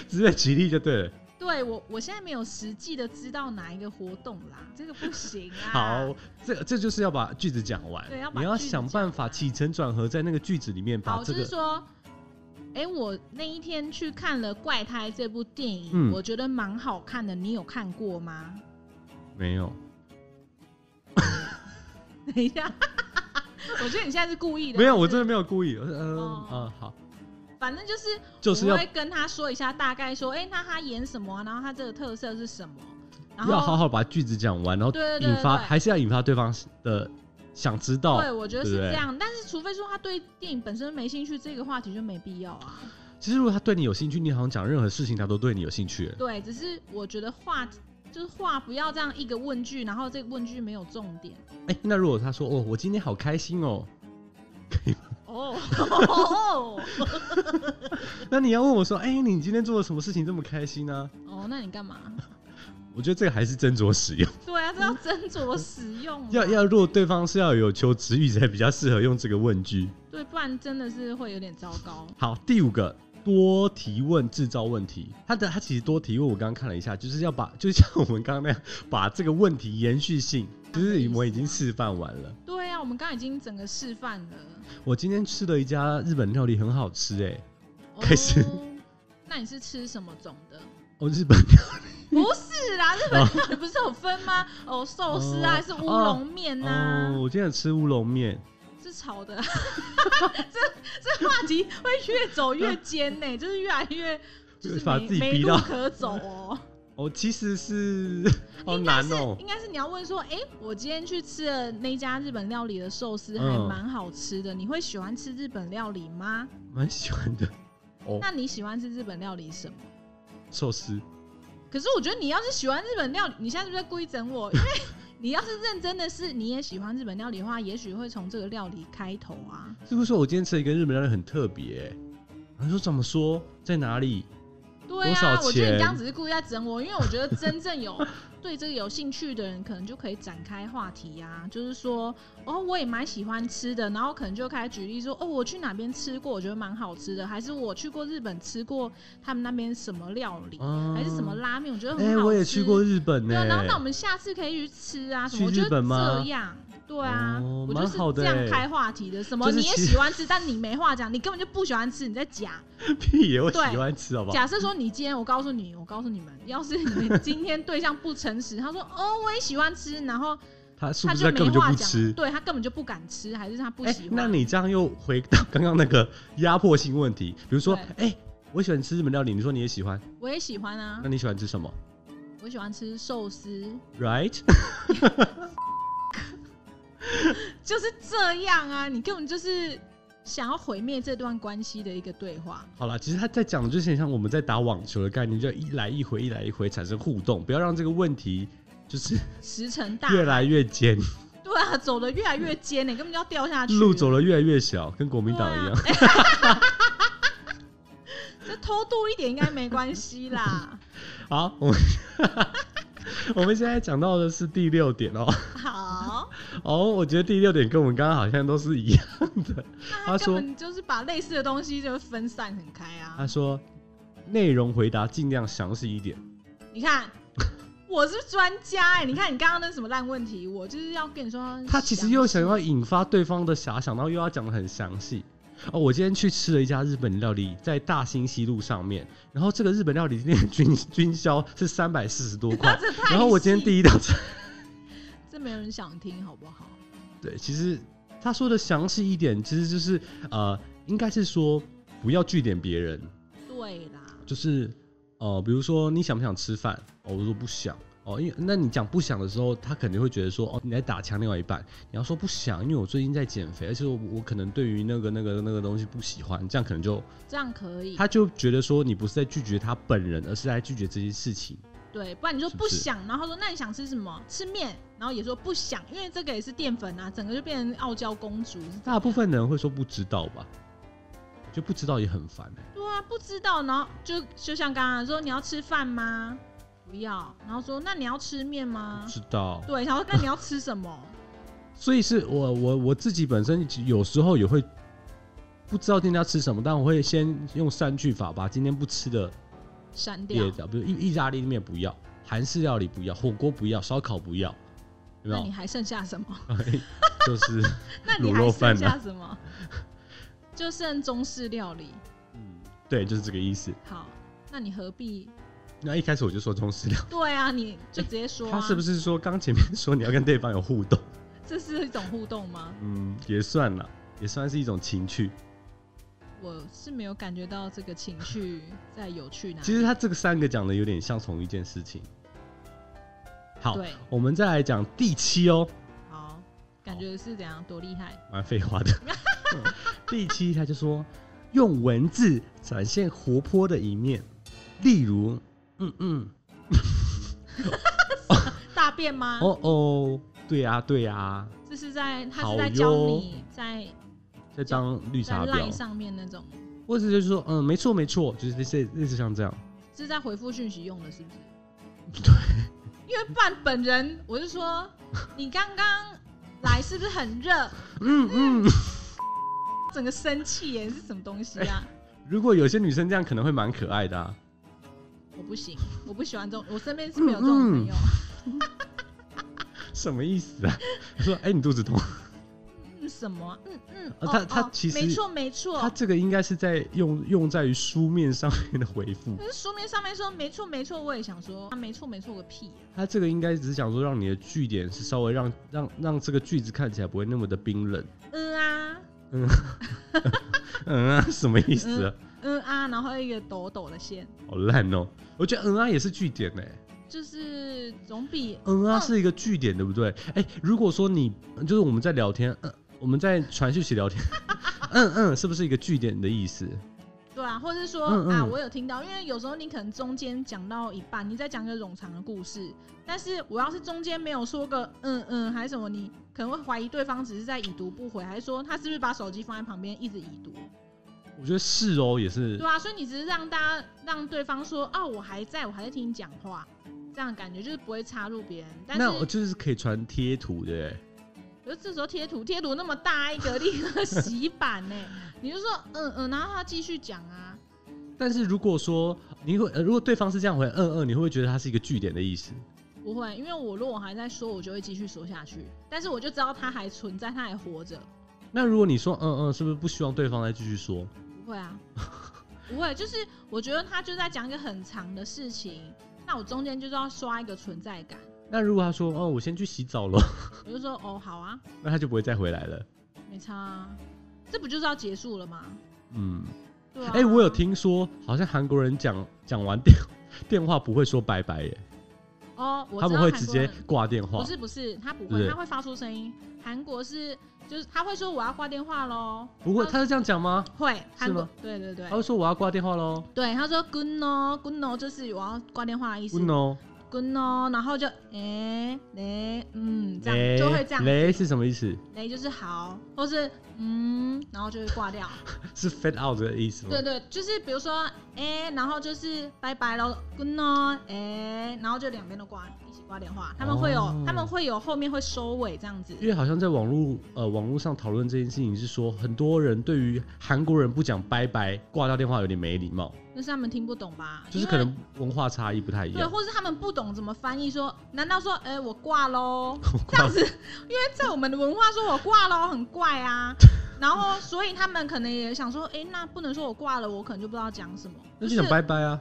Speaker 1: 只是在举例就对了。
Speaker 2: 对我我现在没有实际的知道哪一个活动啦，
Speaker 1: [LAUGHS]
Speaker 2: 这个不行啊。
Speaker 1: 好，这这就是要把句子讲完
Speaker 2: 对要，把
Speaker 1: 你要
Speaker 2: 句子
Speaker 1: 想办
Speaker 2: 讲
Speaker 1: 法
Speaker 2: 完
Speaker 1: 起承转合，在那个句子里面把
Speaker 2: 好，
Speaker 1: 这
Speaker 2: 就
Speaker 1: 个
Speaker 2: 是说，哎、我那一天去看了《怪胎》这部电影，
Speaker 1: 嗯
Speaker 2: 我觉得蛮好看的。你有看过吗？ [LAUGHS]
Speaker 1: 没有，
Speaker 2: 等一下，我觉得你现在是故意的。
Speaker 1: 没有，
Speaker 2: 就
Speaker 1: 我
Speaker 2: 是
Speaker 1: 真的没有故意，嗯
Speaker 2: 哦
Speaker 1: 啊好，
Speaker 2: 反正就是
Speaker 1: 就是
Speaker 2: 我
Speaker 1: 要
Speaker 2: 会跟他说一下，大概说，哎、那他演什么啊、然后他这个特色是什么？然后
Speaker 1: 要好好把句子讲完，然后
Speaker 2: 对对对
Speaker 1: 引发
Speaker 2: 对
Speaker 1: 还是要引发对方的想知道，
Speaker 2: 对，我觉得
Speaker 1: 对
Speaker 2: 是
Speaker 1: 不对
Speaker 2: 这样。但是除非说他对电影本身没兴趣，这个话题就没必要啊。
Speaker 1: 其实如果他对你有兴趣，你好像讲任何事情他都对你有兴趣。
Speaker 2: 对，只是我觉得话就是话不要这样一个问句，然后这个问句没有重点。
Speaker 1: 哎、那如果他说哦，我今天好开心哦，
Speaker 2: 哦哦，
Speaker 1: 那你要问我说，哎、你今天做了什么事情这么开心呢、
Speaker 2: 哦，那你干嘛？
Speaker 1: 我觉得这个还是斟酌使用，
Speaker 2: 对啊，这要斟酌使用啊，
Speaker 1: 要要如果对方是要有求知欲才比较适合用这个问句。
Speaker 2: 对，不然真的是会有点糟糕。
Speaker 1: 好，第五个。多提问制造问题，他的他其实多提问，我刚刚看了一下，就是要把， [LAUGHS] 就像我们刚刚那样，把这个问题延续性，就
Speaker 2: 什么
Speaker 1: 是
Speaker 2: 意思
Speaker 1: 我们已经
Speaker 2: 啊
Speaker 1: 示范完了。
Speaker 2: 对啊，我们刚刚已经整个示范了。
Speaker 1: 我今天吃了一家日本料理，很好吃哎、
Speaker 2: 哦
Speaker 1: 开始
Speaker 2: 那你是吃什么种的？
Speaker 1: 哦，日本
Speaker 2: 不是啦，日本料理不是有分吗？哦，寿司啊，
Speaker 1: 哦
Speaker 2: 还是乌龙面
Speaker 1: 哦，
Speaker 2: 呐？
Speaker 1: 我今天有吃乌龙面，
Speaker 2: 是炒的啊。 [LAUGHS] 这这话题会越走越尖
Speaker 1: [LAUGHS]
Speaker 2: 呢，就是越来越就是
Speaker 1: 把
Speaker 2: 没
Speaker 1: 自己
Speaker 2: 没
Speaker 1: 逼
Speaker 2: 路
Speaker 1: 到
Speaker 2: 可走哦。
Speaker 1: 哦，其实
Speaker 2: [LAUGHS]
Speaker 1: 是 [LAUGHS] 好
Speaker 2: 应该
Speaker 1: 难
Speaker 2: 是
Speaker 1: 哦、
Speaker 2: 应该是你要问说，哎、我今天去吃了那家日本料理的寿司，还
Speaker 1: 嗯
Speaker 2: 蛮好吃的。你会喜欢吃日本料理吗？
Speaker 1: 蛮喜欢的哦，
Speaker 2: 那你喜欢吃日本料理什么？
Speaker 1: 寿司
Speaker 2: 可是我觉得你要是喜欢日本料理，你现在是不是在故意
Speaker 1: [LAUGHS]
Speaker 2: 整我？因为你要是认真的是你也喜欢日本料理的话，也许会从这个料理开头啊。
Speaker 1: 是不是说我今天吃了一个日本料理很特别、欸？他说怎么说，在哪里？
Speaker 2: 对
Speaker 1: 多少
Speaker 2: 啊，
Speaker 1: 钱
Speaker 2: 我觉得你这样只是故意在整我，因为我觉得真
Speaker 1: [LAUGHS]
Speaker 2: 正有对这个有兴趣的人，可能就可以展开话题啊，就是说，哦，我也蛮喜欢吃的，然后可能就开始举例说，哦，我去哪边吃过，我觉得蛮好吃的，还是我去过日本吃过他们那边什么料理，
Speaker 1: 啊
Speaker 2: 还是什么？拉面，我觉得
Speaker 1: 哎、
Speaker 2: 很好吃。
Speaker 1: 我也去过日本哎呢、
Speaker 2: 对啊，然后那我们下次可以去吃啊，什么？我
Speaker 1: 去
Speaker 2: 觉
Speaker 1: 日
Speaker 2: 得
Speaker 1: 本吗
Speaker 2: 这样，对啊，
Speaker 1: 哦
Speaker 2: 我就
Speaker 1: 蛮好
Speaker 2: 是
Speaker 1: 的
Speaker 2: 这样
Speaker 1: 欸
Speaker 2: 开话题的。什么
Speaker 1: 就是
Speaker 2: 你也
Speaker 1: 其实
Speaker 2: 喜欢吃，但你没话讲，你根本就不喜欢吃，你在假。
Speaker 1: [LAUGHS] 屁耶，我喜
Speaker 2: 对
Speaker 1: 欢吃，好不好？
Speaker 2: 假设说你今天，我告诉你，我告诉你们，要是你们今天对象不诚
Speaker 1: [LAUGHS]
Speaker 2: 实，他说哦我也喜欢吃，然后
Speaker 1: 他是
Speaker 2: 他
Speaker 1: 不是他
Speaker 2: 就没
Speaker 1: 根本就
Speaker 2: 话
Speaker 1: 不
Speaker 2: 讲
Speaker 1: 吃，？
Speaker 2: 对他根本就不敢吃，还是他不
Speaker 1: 哎、
Speaker 2: 喜欢？
Speaker 1: 那你这样又回到刚刚那个压迫性问题，比如说，哎、我喜欢吃日本料理，你说你也喜欢，
Speaker 2: 我也喜欢啊
Speaker 1: 那，你喜欢吃什么
Speaker 2: 我喜欢吃寿司，
Speaker 1: ？Right？
Speaker 2: 就是这样啊，你根本就是想要毁灭这段关系的一个对话。
Speaker 1: 好啦，其实他在讲的就是很像我们在打网球的概念，就一来一回，一来一回产生互动，不要让这个问题就是
Speaker 2: 石沉大海
Speaker 1: 越来越尖，
Speaker 2: 对啊，走的越来越尖，欸你根本就要掉下去了。
Speaker 1: 路走的越来越小，跟国民党一样。
Speaker 2: 对啊。 [LAUGHS] 这偷渡一点应该没关系啦。 [LAUGHS] 啊
Speaker 1: 好，我们 [LAUGHS] 我们现在讲到的是第六点哦、
Speaker 2: 好，
Speaker 1: 哦，我觉得第六点跟我们刚刚好像都是一样的。
Speaker 2: 那
Speaker 1: 他
Speaker 2: 他根
Speaker 1: 说
Speaker 2: 本就是把类似的东西就分散很开
Speaker 1: 他
Speaker 2: 啊。
Speaker 1: 说内容回答尽量详细一点。
Speaker 2: 你看，我是专家哎、你看你刚刚那什么烂问题，我就是要跟你说。
Speaker 1: 他其实又想要引发对方的遐想，然后又要讲的很详细。哦，我今天去吃了一家日本料理，在大兴西路上面。然后这个日本料理店的均均销是三百四十多块
Speaker 2: [LAUGHS] 。这太
Speaker 1: 然后我今天
Speaker 2: 一，
Speaker 1: 第一道菜，
Speaker 2: 这没有人想听，好不好？
Speaker 1: 对，其实他说的详细一点，其实就是呃，应该是说不要据点别人，
Speaker 2: 对啦，
Speaker 1: 就是呃，比如说你想不想吃饭？哦，我说不想。哦，因为那你讲不想的时候，他肯定会觉得说，哦，你在打枪另外一半。你要说不想，因为我最近在减肥，而且我我可能对于那个那个那个东西不喜欢，这样可能就
Speaker 2: 这样可以。
Speaker 1: 他就觉得说你不是在拒绝他本人，而是在拒绝这件事情。
Speaker 2: 对，不然你说
Speaker 1: 是
Speaker 2: 不
Speaker 1: 不是
Speaker 2: 想，然后说那你想吃什么？吃面，然后也说不想，因为这个也是淀粉啊，整个就变成傲娇公主。
Speaker 1: 大部分的人会说不知道吧，就不知道也很烦、欸。
Speaker 2: 对啊，不知道，然后就就像刚刚说你要吃饭吗？不要，然后说那你要吃面吗
Speaker 1: 不？知道，
Speaker 2: 对，然后那你要吃什么？
Speaker 1: 所以是我我我自己本身有时候也会不知道今天要吃什么，但我会先用删去法把今天不吃的
Speaker 2: 删掉
Speaker 1: 列，掉，比如意意大利面不要，韩式料理不要，火锅不要，烧烤不要，有没
Speaker 2: 那
Speaker 1: 有哎
Speaker 2: 你？还剩下什么？
Speaker 1: 就是
Speaker 2: 那你
Speaker 1: 卤
Speaker 2: 还
Speaker 1: 肉饭
Speaker 2: 剩
Speaker 1: 啊
Speaker 2: 下什么？就剩中式料理。
Speaker 1: 嗯，对，就是这个意思。
Speaker 2: 好，那你何必？
Speaker 1: 那一开始我就说中式料理，
Speaker 2: 对啊，你就直接说、啊
Speaker 1: 他是不是说刚前面说你要跟对方有互动？
Speaker 2: 这是一种互动吗？
Speaker 1: 嗯，也算了，也算是一种情趣。
Speaker 2: 啊我是没有感觉到这个情绪在有趣哪里。
Speaker 1: 其实他这个三个讲的有点像同一件事情。好
Speaker 2: 对，
Speaker 1: 我们再来讲第七哦，
Speaker 2: 好，感觉是怎样多厉害？
Speaker 1: 蛮废话的。嗯第七他就说用文字展现活泼的一面，例如嗯嗯
Speaker 2: 大便吗？
Speaker 1: 哦哦，对呀、啊、对呀、啊，
Speaker 2: 这是在他
Speaker 1: 好
Speaker 2: 是在
Speaker 1: 哟
Speaker 2: 教你在
Speaker 1: 在当绿
Speaker 2: 在
Speaker 1: 茶婊
Speaker 2: 赖，上面那种，
Speaker 1: 或者就是说嗯没错没错，就是类似类似像这样。
Speaker 2: 是在回复讯息用的，是不
Speaker 1: [LAUGHS]
Speaker 2: 是？对，因为办本人，我是说你刚刚来是不是很热？ [LAUGHS]
Speaker 1: 嗯嗯，
Speaker 2: 整个生气耶，是什么东西
Speaker 1: [LAUGHS]
Speaker 2: 啊？
Speaker 1: 如果有些女生这样可能会蛮可爱的、啊。
Speaker 2: 我不行，我不喜欢这种，我身边是没有
Speaker 1: 嗯
Speaker 2: 这种朋友。
Speaker 1: 什么意思
Speaker 2: [LAUGHS]
Speaker 1: 啊？说哎、你肚子痛？
Speaker 2: 嗯，什么？嗯嗯，
Speaker 1: 呃
Speaker 2: 哦
Speaker 1: 他他
Speaker 2: 哦
Speaker 1: 其实
Speaker 2: 没错没错，
Speaker 1: 他这个应该是在用用在于书面上面的回复
Speaker 2: 可，是书面上面说没错没错，我也想说啊，没错没错个屁呀、
Speaker 1: 他这个应该只是想说让你的句点是稍微让让让这个句子看起来不会那么的冰冷。
Speaker 2: 嗯啊
Speaker 1: 嗯啊，什么意思、啊？
Speaker 2: 嗯啊，然后一个抖抖的线，
Speaker 1: 好烂哦、我觉得嗯啊也是句点呢、
Speaker 2: 就是总比
Speaker 1: 嗯啊
Speaker 2: 嗯
Speaker 1: 是一个句点，对不对？哎、如果说你就是我们在聊天，嗯，我们在传讯息聊
Speaker 2: [LAUGHS]
Speaker 1: 天，嗯嗯，是不是一个句点的意思？
Speaker 2: 对啊，或者是说、
Speaker 1: 嗯嗯
Speaker 2: 啊，我有听到，因为有时候你可能中间讲到一半，你在讲一个冗长的故事，但是我要是中间没有说个嗯嗯还是什么，你可能会怀疑对方只是在已读不回，还是说他是不是把手机放在旁边一直已读？
Speaker 1: 我觉得是哦、也是
Speaker 2: 对啊，所以你只是让大家让对方说啊，我还在我还在听你讲话，这样的感觉就是不会插入别人。但是
Speaker 1: 那我就是可以传贴图的、欸，
Speaker 2: 可是这时候贴图，贴图那么大一个， [LAUGHS] 立刻洗版呢、你就说嗯嗯，然后他继续讲啊，
Speaker 1: 但是如果说你会，呃如果对方是这样回，嗯嗯，你会不会觉得它是一个句点的意思？
Speaker 2: 不会，因为我如果还在说，我就会继续说下去。但是我就知道他还存在，他还活着，
Speaker 1: 那如果你说嗯嗯，是不是不希望对方再继续说？
Speaker 2: 不会
Speaker 1: [LAUGHS]
Speaker 2: 啊，不会。就是我觉得他就在讲一个很长的事情，那我中间就是要刷一个存在感，
Speaker 1: 那如果他说哦，我先去洗澡了，
Speaker 2: 我就说哦好啊，
Speaker 1: [LAUGHS] 那他就不会再回来了。
Speaker 2: 没差、啊，这不就是要结束了吗？
Speaker 1: 嗯，
Speaker 2: 对啊。
Speaker 1: 哎、我有听说，好像韩国人讲讲完电电话不会说拜拜耶，
Speaker 2: 哦，我
Speaker 1: 他
Speaker 2: 知
Speaker 1: 们
Speaker 2: 道
Speaker 1: 会
Speaker 2: 韩
Speaker 1: 直
Speaker 2: 国
Speaker 1: 接
Speaker 2: 人
Speaker 1: 挂电话
Speaker 2: 不。是不是，他不
Speaker 1: 对不
Speaker 2: 会，
Speaker 1: 对
Speaker 2: 他会发出声音。韩国是就是他会说我要挂电话喽，
Speaker 1: 不过
Speaker 2: 他
Speaker 1: 他是这样讲吗？
Speaker 2: 会韩国
Speaker 1: 吗哦
Speaker 2: 对对对
Speaker 1: 他会说我要挂电话喽，
Speaker 2: 对，他说 good no good no 就是我要挂电话的意思
Speaker 1: 问哦，
Speaker 2: good no，然后就诶嘞嗯这样
Speaker 1: 雷
Speaker 2: 就会这样，
Speaker 1: 雷是什么意思？
Speaker 2: 雷就是好，或是嗯，然后就会挂
Speaker 1: [LAUGHS]
Speaker 2: 掉。
Speaker 1: 是 fade out 的意思吗
Speaker 2: 对？对，就是比如说诶，然后就是拜拜喽，good no 诶，然后就两边都挂一起挂电话，他们会有
Speaker 1: 哦
Speaker 2: 他们会有后面会收尾这样子。
Speaker 1: 因为好像在网络呃网络上讨论这件事情，是说很多人对于韩国人不讲拜拜，挂掉电话有点没礼貌，
Speaker 2: 那是他们听不懂吧？
Speaker 1: 就是
Speaker 2: 因为
Speaker 1: 可能文化差异不太一
Speaker 2: 对，
Speaker 1: 样。
Speaker 2: 或是他们不懂怎么翻译，说难道说，哎、我挂喽？
Speaker 1: 我
Speaker 2: [LAUGHS] 这样
Speaker 1: 挂
Speaker 2: 子，因为在我们的文化说我挂喽很怪
Speaker 1: [LAUGHS]
Speaker 2: 啊。然后，所以他们可能也想说，哎、那不能说我挂了，我可能就不知道讲什么。
Speaker 1: 那
Speaker 2: 就
Speaker 1: 就讲
Speaker 2: 是
Speaker 1: 拜拜啊，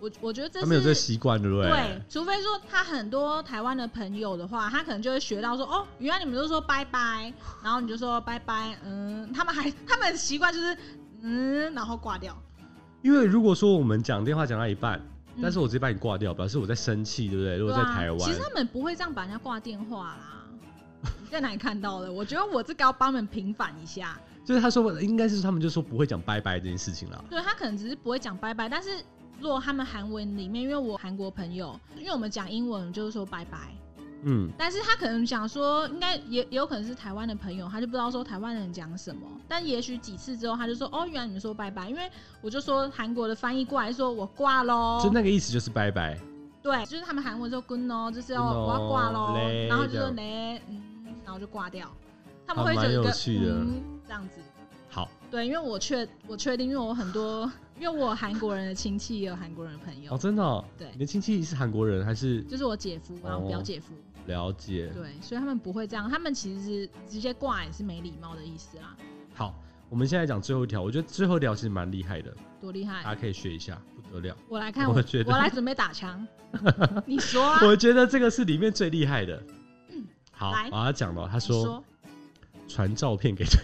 Speaker 2: 我我觉得这
Speaker 1: 他们有这个
Speaker 2: 是
Speaker 1: 习惯，对不对？
Speaker 2: 对，除非说他很多台湾的朋友的话，他可能就会学到说，哦，原来你们都说拜拜，然后你就说拜拜，嗯，他们还他们习惯就是嗯，然后挂掉。
Speaker 1: 因为如果说我们讲电话讲到一半，
Speaker 2: 嗯
Speaker 1: 但是我直接把你挂掉，表示我在生气，对不对？如果在台
Speaker 2: 对啊。
Speaker 1: 湾
Speaker 2: 其实，他们不会这样把人家挂电话啦。 [LAUGHS] 你在哪里看到的？我觉得我这个要帮他们平反一下。
Speaker 1: 就是他说应该是他们就说不会讲拜拜这件事情啦。
Speaker 2: 对他可能只是不会讲拜拜，但是若他们韩文里面，因为我韩国朋友，因为我们讲英文就是说拜拜，
Speaker 1: 嗯，
Speaker 2: 但是他可能想说，应该也也有可能是台湾的朋友，他就不知道说台湾人讲什么。但也许几次之后，他就说：“哦，原来你们说拜拜。”因为我就说韩国的翻译过来说：“我挂喽。
Speaker 1: 就”那个意思就是拜拜。
Speaker 2: 对，就是他们韩文说 “gun 咯”，就是要
Speaker 1: “gun 咯
Speaker 2: 我要挂喽
Speaker 1: 嘞，
Speaker 2: 然后就
Speaker 1: 这
Speaker 2: 说
Speaker 1: 样
Speaker 2: 嘞，嗯，然后就挂掉。他们
Speaker 1: 还
Speaker 2: 会
Speaker 1: 蛮
Speaker 2: 有一
Speaker 1: 有
Speaker 2: 个
Speaker 1: 趣的
Speaker 2: 嗯这样子。
Speaker 1: 好
Speaker 2: 对，因为我确我确定，因为我很多，因为我有韩国人的亲戚也有韩国人的朋友，
Speaker 1: 哦，真的、哦，
Speaker 2: 对
Speaker 1: 你的亲戚是韩国人还是
Speaker 2: 就是我姐夫然后
Speaker 1: 哦
Speaker 2: 表姐夫，
Speaker 1: 了解？
Speaker 2: 对，所以他们不会这样，他们其实直接挂也是没礼貌的意思啦，
Speaker 1: 好，我们现在讲最后一条，我觉得最后一条其实蛮厉害的，
Speaker 2: 多厉害！
Speaker 1: 大家可以学一下，不得了。
Speaker 2: 我来看，
Speaker 1: 啊我
Speaker 2: 我
Speaker 1: 觉得
Speaker 2: 我来准备打
Speaker 1: [LAUGHS]
Speaker 2: 枪，你说啊，
Speaker 1: 我觉得这个是里面最厉害的。好，
Speaker 2: 嗯来
Speaker 1: 我要讲了。他
Speaker 2: 你 [LAUGHS]
Speaker 1: 说，传照片给他，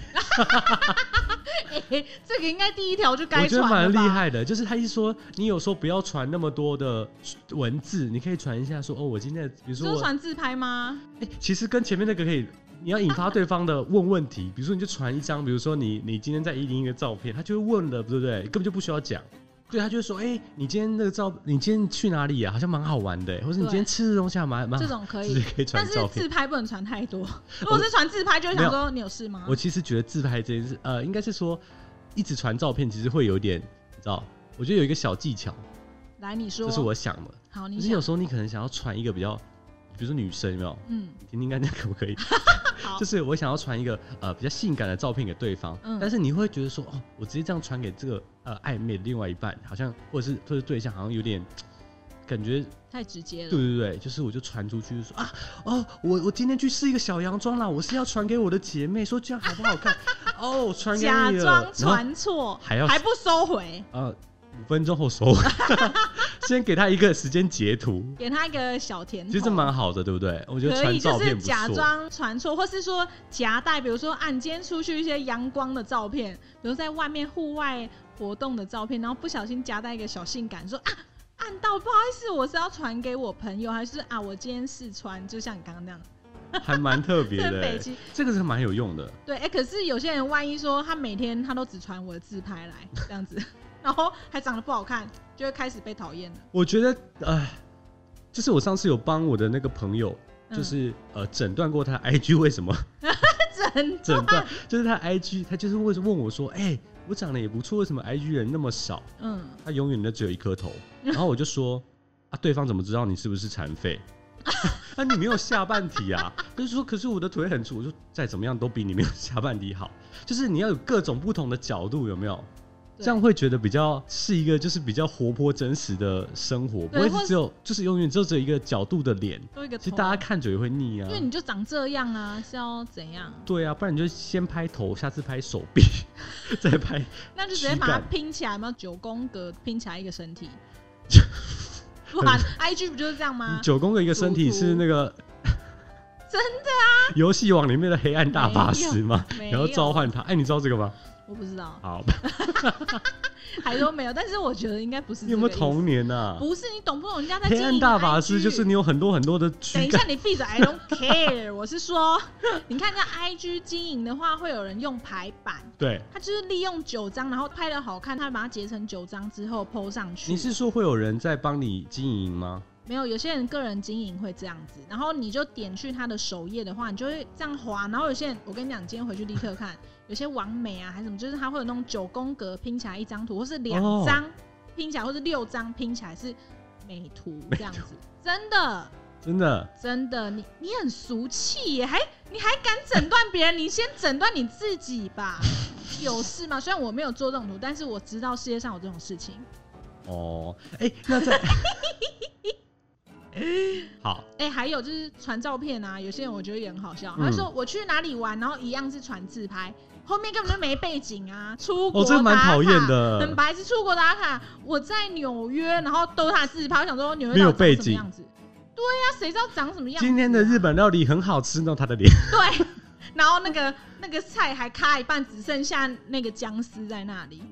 Speaker 2: 哎、这个应该第一条就该
Speaker 1: 我觉得
Speaker 2: 传
Speaker 1: 蛮
Speaker 2: 了
Speaker 1: 厉
Speaker 2: 吧？
Speaker 1: 害的。就是他一说，你有时候不要传那么多的文字，你可以传一下说，哦，我今天的，比如
Speaker 2: 你
Speaker 1: 说
Speaker 2: 说
Speaker 1: 我，哎、
Speaker 2: 传自拍吗？
Speaker 1: 其实跟前面那个可以，你要引发对方的问问题，比如说你就传一张，比如说你你今天在一零一的照片，他就会问了，对不对？根本就不需要讲。对他就会说，哎、你今天那个照，你今天去哪里啊？好像蛮好玩的、或者你今天吃的东西还蛮蛮
Speaker 2: 这
Speaker 1: 好，
Speaker 2: 种可
Speaker 1: 就
Speaker 2: 以，
Speaker 1: 是可以传
Speaker 2: 但是
Speaker 1: 照片。
Speaker 2: 自拍不能传太
Speaker 1: [LAUGHS]
Speaker 2: 多。如果是传自拍，就会想说你有事吗
Speaker 1: 我？其实觉得自拍这件事，呃，应该是说一直传照片，其实会有点，你知道，我觉得有一个小技巧，
Speaker 2: 来，你说，
Speaker 1: 这是我想的，
Speaker 2: 好，你
Speaker 1: 就是有
Speaker 2: 想，
Speaker 1: 时候你可能想要传一个比较，比如说女生有没有？
Speaker 2: 嗯，
Speaker 1: 听听看，这样可不可以？
Speaker 2: [LAUGHS]
Speaker 1: [LAUGHS]
Speaker 2: 好
Speaker 1: 就，是我想要传一个呃比较性感的照片给对方，
Speaker 2: 嗯
Speaker 1: 但是你会觉得说，哦，我直接这样传给这个呃暧昧的另外一半，好像或者是或者是对象，好像有点感觉
Speaker 2: 太直接
Speaker 1: 对
Speaker 2: 了。
Speaker 1: 对对，就是我就传出去就说啊，哦，我我今天去试一个小洋装啦，我是要传给我的姐妹，说这样好不好看？
Speaker 2: [LAUGHS]
Speaker 1: 哦，传给
Speaker 2: 假
Speaker 1: 你了
Speaker 2: 装，传错，
Speaker 1: 还要
Speaker 2: 还不收回，
Speaker 1: 然后呃五分钟后收， [LAUGHS] 先给他一个时间截图，
Speaker 2: 给他一个小甜头。
Speaker 1: 其实这蛮好的，对不对？我觉得
Speaker 2: 哦可
Speaker 1: 传
Speaker 2: 以，
Speaker 1: 照
Speaker 2: 就是
Speaker 1: 片不
Speaker 2: 假
Speaker 1: 错，
Speaker 2: 装传错，或是说夹带，比如说啊，你今天出去一些阳光的照片，比如在外面户外活动的照片，然后不小心夹带一个小性感，说啊。按到，不好意思，我是要传给我朋友，还是啊？我今天试穿，就像你刚刚那样，
Speaker 1: 还蛮特别
Speaker 2: 很
Speaker 1: 的、欸
Speaker 2: 北极。
Speaker 1: 这个是蛮有用的。
Speaker 2: 对，哎、可是有些人万一说他每天他都只传我的自拍来这样子， [LAUGHS] 然后还长得不好看，就会开始被讨厌了。
Speaker 1: 我觉得呃，就是我上次有帮我的那个朋友，
Speaker 2: 嗯
Speaker 1: 就是、呃诊断过他的 IG 为什 [LAUGHS] 么
Speaker 2: 真
Speaker 1: 诊断，就是他 IG，他就是问问我说，哎、我长得也不错，为什么 IG 人那么少？
Speaker 2: 嗯，
Speaker 1: 他永远都只有一颗头。 [LAUGHS] 然后我就说，啊，对方怎么知道你是不是残废？ [LAUGHS] 啊，你没有下半体啊！他就说，可是我的腿很粗。我说，再怎么样都比你没有下半体好。就是你要有各种不同的角度，有没有？
Speaker 2: 对
Speaker 1: 这样会觉得比较是一个就是比较活泼真实的生活，不
Speaker 2: 对
Speaker 1: 会
Speaker 2: 或
Speaker 1: 是只有就是永远就只有一个角度的脸。
Speaker 2: 多一个头。
Speaker 1: 其实大家看久也会腻啊
Speaker 2: 因。为你就长这样啊，是要怎样？
Speaker 1: 对啊，不然你就先拍头，下次拍手臂， [LAUGHS] 再拍
Speaker 2: 那就直接把它
Speaker 1: 躯干
Speaker 2: 拼起来嘛，九宫格拼起来一个
Speaker 1: [LAUGHS]
Speaker 2: 身体。不然 IG 不就是这样吗？
Speaker 1: 九宫的一个身体是那个
Speaker 2: 真
Speaker 1: 的啊，游戏王里面的黑暗大法师吗？
Speaker 2: 没
Speaker 1: 然后
Speaker 2: 有，
Speaker 1: 召唤他，哎、你知道这个吗？
Speaker 2: 我不知道，
Speaker 1: 好，
Speaker 2: 还都没有。但是我觉得应该不是
Speaker 1: 你有没有
Speaker 2: 这个意思
Speaker 1: 童年啊？
Speaker 2: 不是你懂不懂？人家在
Speaker 1: 黑
Speaker 2: 经
Speaker 1: 暗
Speaker 2: 营
Speaker 1: 大法师
Speaker 2: IG
Speaker 1: 就是你有很多很多的
Speaker 2: 等
Speaker 1: 躯
Speaker 2: 一
Speaker 1: [LAUGHS]
Speaker 2: 下
Speaker 1: 干，，
Speaker 2: 你闭嘴！I don't care。我是说，你看这 IG 经营的话，会有人用排版，
Speaker 1: 对。
Speaker 2: 他就是利用九张，然后拍的好看，他把它截成九张之后 PO 上去。
Speaker 1: 你是说会有人在帮你经营吗？
Speaker 2: 没有，有些人个人经营会这样子，然后你就点去他的首页的话，你就会这样滑。然后有些人，我跟你讲，你今天回去立刻
Speaker 1: [LAUGHS]
Speaker 2: 看，有些完美啊还是什么，就是它会有那种九宫格拼起来一张图，或是两
Speaker 1: 哦
Speaker 2: 张拼起来，或是六张拼起来是美图这样子，真的。
Speaker 1: 真的，
Speaker 2: 真的，你你很俗气耶，还你还敢诊断别人？你先诊断你自己吧， [LAUGHS] 有事吗？虽然我没有做这种图，但是我知道世界上有这种事情。
Speaker 1: 哦，哎、那在，好，
Speaker 2: 哎、还有就是传照片啊，有些人我觉得也很好
Speaker 1: 嗯
Speaker 2: 笑，他说我去哪里玩，然后一样是传自拍，后面根本就没背景啊，出国
Speaker 1: 哦，这个蛮
Speaker 2: 打卡
Speaker 1: 讨厌。
Speaker 2: 很
Speaker 1: 的，
Speaker 2: 白痴，出国打卡，我在纽约，然后都是他自拍，我想说纽约
Speaker 1: 没有
Speaker 2: 到底
Speaker 1: 背
Speaker 2: 长什么
Speaker 1: 景
Speaker 2: 样子？对呀、谁知道长什么样子啊、
Speaker 1: 今天的日本料理很好吃，弄他的脸，
Speaker 2: 对，然后那个那个菜还开一半，只剩下那个姜丝在那里。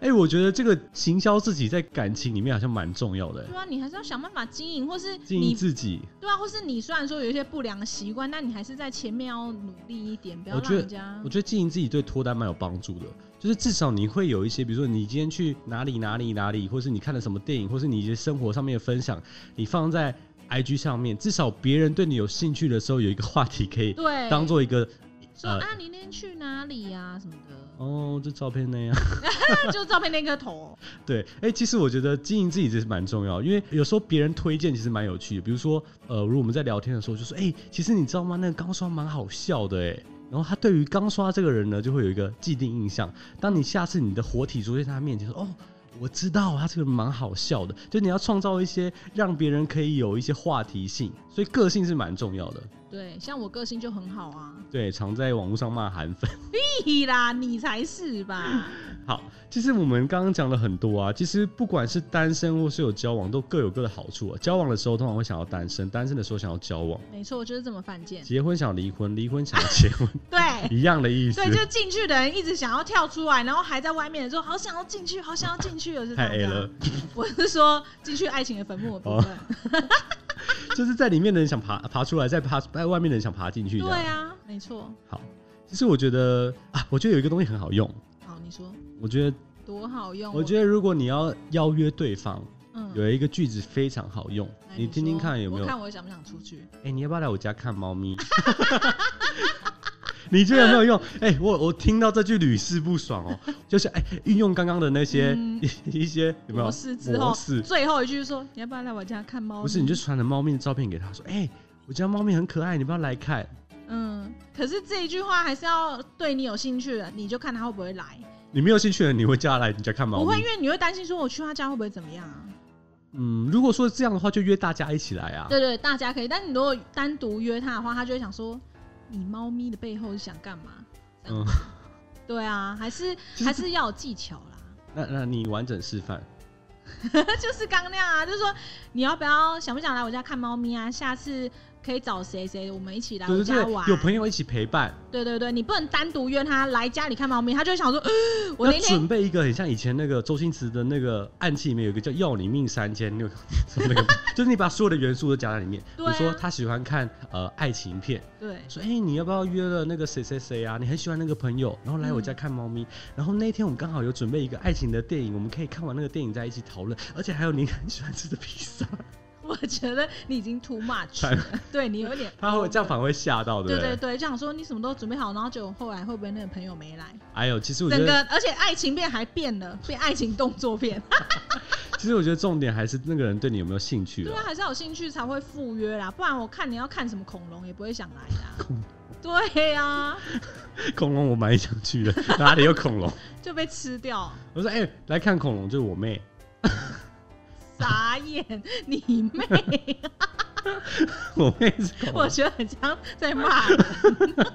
Speaker 1: 哎、我觉得这个行销自己在感情里面好像蛮重要的、
Speaker 2: 对啊，你还是要想办法经营，或是
Speaker 1: 经营
Speaker 2: 你
Speaker 1: 自己。
Speaker 2: 对啊，或是你虽然说有一些不良习惯，但你还是在前面要努力一点，不要
Speaker 1: 我
Speaker 2: 让
Speaker 1: 觉得
Speaker 2: 人家
Speaker 1: 我。觉得经营自己对脱单蛮有帮助的，就是至少你会有一些，比如说你今天去哪里哪里哪里，或是你看了什么电影，或是你一些生活上面的分享，你放在 IG 上面，至少别人对你有兴趣的时候有一个话题可以
Speaker 2: 对，
Speaker 1: 当做一个
Speaker 2: 说、
Speaker 1: 呃
Speaker 2: 啊，你那天去哪里呀、什么的，
Speaker 1: 哦，这照片那样。
Speaker 2: 就照片那颗头。 [LAUGHS]
Speaker 1: 对，哎、其实我觉得经营自己这是蛮重要，因为有时候别人推荐其实蛮有趣的。比如说，呃，如果我们在聊天的时候，就说，哎、其实你知道吗？那个刚刷蛮好笑的，哎。然后他对于刚刷这个人呢，就会有一个既定印象。当你下次你的活体出现在他面前，说，哦，我知道他这个人蛮好笑的，就你要创造一些让别人可以有一些话题性，所以个性是蛮重要的。
Speaker 2: 对，像我个性就很好啊。
Speaker 1: 对，常在网络上骂韩粉。
Speaker 2: 屁啦，你才是
Speaker 1: [LAUGHS]
Speaker 2: 吧？
Speaker 1: 好，其实我们刚刚讲了很多啊。其实不管是单身或是有交往，都各有各的好处、啊。交往的时候通常会想要单身，单身的时候想要交往，
Speaker 2: 没错，我就是这么犯贱。
Speaker 1: 结婚想要离婚，离婚想要结婚，
Speaker 2: 对。
Speaker 1: 一样的意思
Speaker 2: 对，。就进去的人一直想要跳出来，然后还在外面的时候，好想要进去，好想要进去，我是这
Speaker 1: 太 A
Speaker 2: 样
Speaker 1: 了
Speaker 2: 子，啊。 [LAUGHS] 我是说进去爱情的坟墓的部分。
Speaker 1: 哦就是在里面的人想爬爬出来，在爬在外面的人想爬进去。这
Speaker 2: 对
Speaker 1: 样。
Speaker 2: 啊，没错。
Speaker 1: 好，其实我觉得啊，我觉得有一个东西很好用。
Speaker 2: 好，你说
Speaker 1: 我觉得，
Speaker 2: 多好用？啊
Speaker 1: 我觉得如果你要邀约对方，
Speaker 2: 嗯
Speaker 1: 有一个句子非常好用，
Speaker 2: 来
Speaker 1: 你听听
Speaker 2: 说
Speaker 1: 看有没有
Speaker 2: 我看我想不想出去？
Speaker 1: 哎、你要不要来我家看猫咪？ [LAUGHS] 你觉得有没有用？哎、我我听到这句屡试不爽哦、就是哎，运、用刚刚的那些、
Speaker 2: 嗯
Speaker 1: 一些有没有
Speaker 2: 模式哦之后
Speaker 1: 模式
Speaker 2: 最后一句说你要不要来我家看猫咪？
Speaker 1: 不是，你就传了猫咪的照片给他，说，哎、我家猫咪很可爱，你要不要来看？
Speaker 2: 嗯。可是这一句话还是要对你有兴趣的，你就看他会不会来。
Speaker 1: 你没有兴趣的，你会叫他来你家看猫
Speaker 2: 不会，
Speaker 1: 咪
Speaker 2: 因？为你会担心说我去他家会不会怎么样啊？
Speaker 1: 嗯，如果说这样的话，就约大家一起来啊。
Speaker 2: 对对，大家可以。但你如果单独约他的话，他就会想说你猫咪的背后是想干嘛？
Speaker 1: 嗯，
Speaker 2: 对啊，
Speaker 1: [LAUGHS]
Speaker 2: 还是
Speaker 1: 其实
Speaker 2: 还是要有技巧啦。
Speaker 1: 那那你完整示范。
Speaker 2: 就是刚那样啊，就是说你要不要想不想来我家看猫咪啊？下次可以找谁谁，我们一起来
Speaker 1: 对对
Speaker 2: 我家
Speaker 1: 对
Speaker 2: 玩。，
Speaker 1: 有朋友一起陪伴，
Speaker 2: 对对对，你不能单独约他来家里看猫咪，他就会想说，呃我
Speaker 1: 要
Speaker 2: 那天
Speaker 1: 准备一个很像以前那个周星驰的那个暗器里面有一个叫“要你命三千”，你有什么
Speaker 2: [LAUGHS]
Speaker 1: 那个，就是你把所有的元素都加在里面。比
Speaker 2: 对啊
Speaker 1: 如说他喜欢看呃爱情片，
Speaker 2: 对
Speaker 1: 说哎、你要不要约了那个谁谁谁啊？你很喜欢那个朋友，
Speaker 2: 嗯
Speaker 1: 然后来我家看猫咪。然后那一天我们刚好有准备一个爱情的电影，我们可以看完那个电影在一起讨论，而且还有你很喜欢吃的披萨。
Speaker 2: 我觉得你已经 too
Speaker 1: [LAUGHS]
Speaker 2: much，
Speaker 1: 反
Speaker 2: 了对你有点
Speaker 1: 他会这样反而会吓到，对
Speaker 2: 对
Speaker 1: 不对？
Speaker 2: 对对，就想说你什么都准备好，然后结果后来会不会那个朋友没来？
Speaker 1: 哎呦，其实我觉
Speaker 2: 整
Speaker 1: 得，
Speaker 2: 个而且爱情片还变了，变爱情动作片，
Speaker 1: 其实我觉得重点还是那个 [LAUGHS] 人对你有没有兴趣
Speaker 2: 对
Speaker 1: 了
Speaker 2: 啊，。还是要有兴趣才会赴约啦，不然我看你要看什么恐龙也不会想来啦。对啊呀、
Speaker 1: 恐龙我蛮想去的，哪里有恐龙？
Speaker 2: 就被吃掉，
Speaker 1: 我说哎、来看恐龙就是我妹。 [LAUGHS]
Speaker 2: 傻眼！你
Speaker 1: [LAUGHS]
Speaker 2: 妹，
Speaker 1: 哦我妹是恐龙
Speaker 2: 我觉得很像在骂
Speaker 1: 哦
Speaker 2: 人，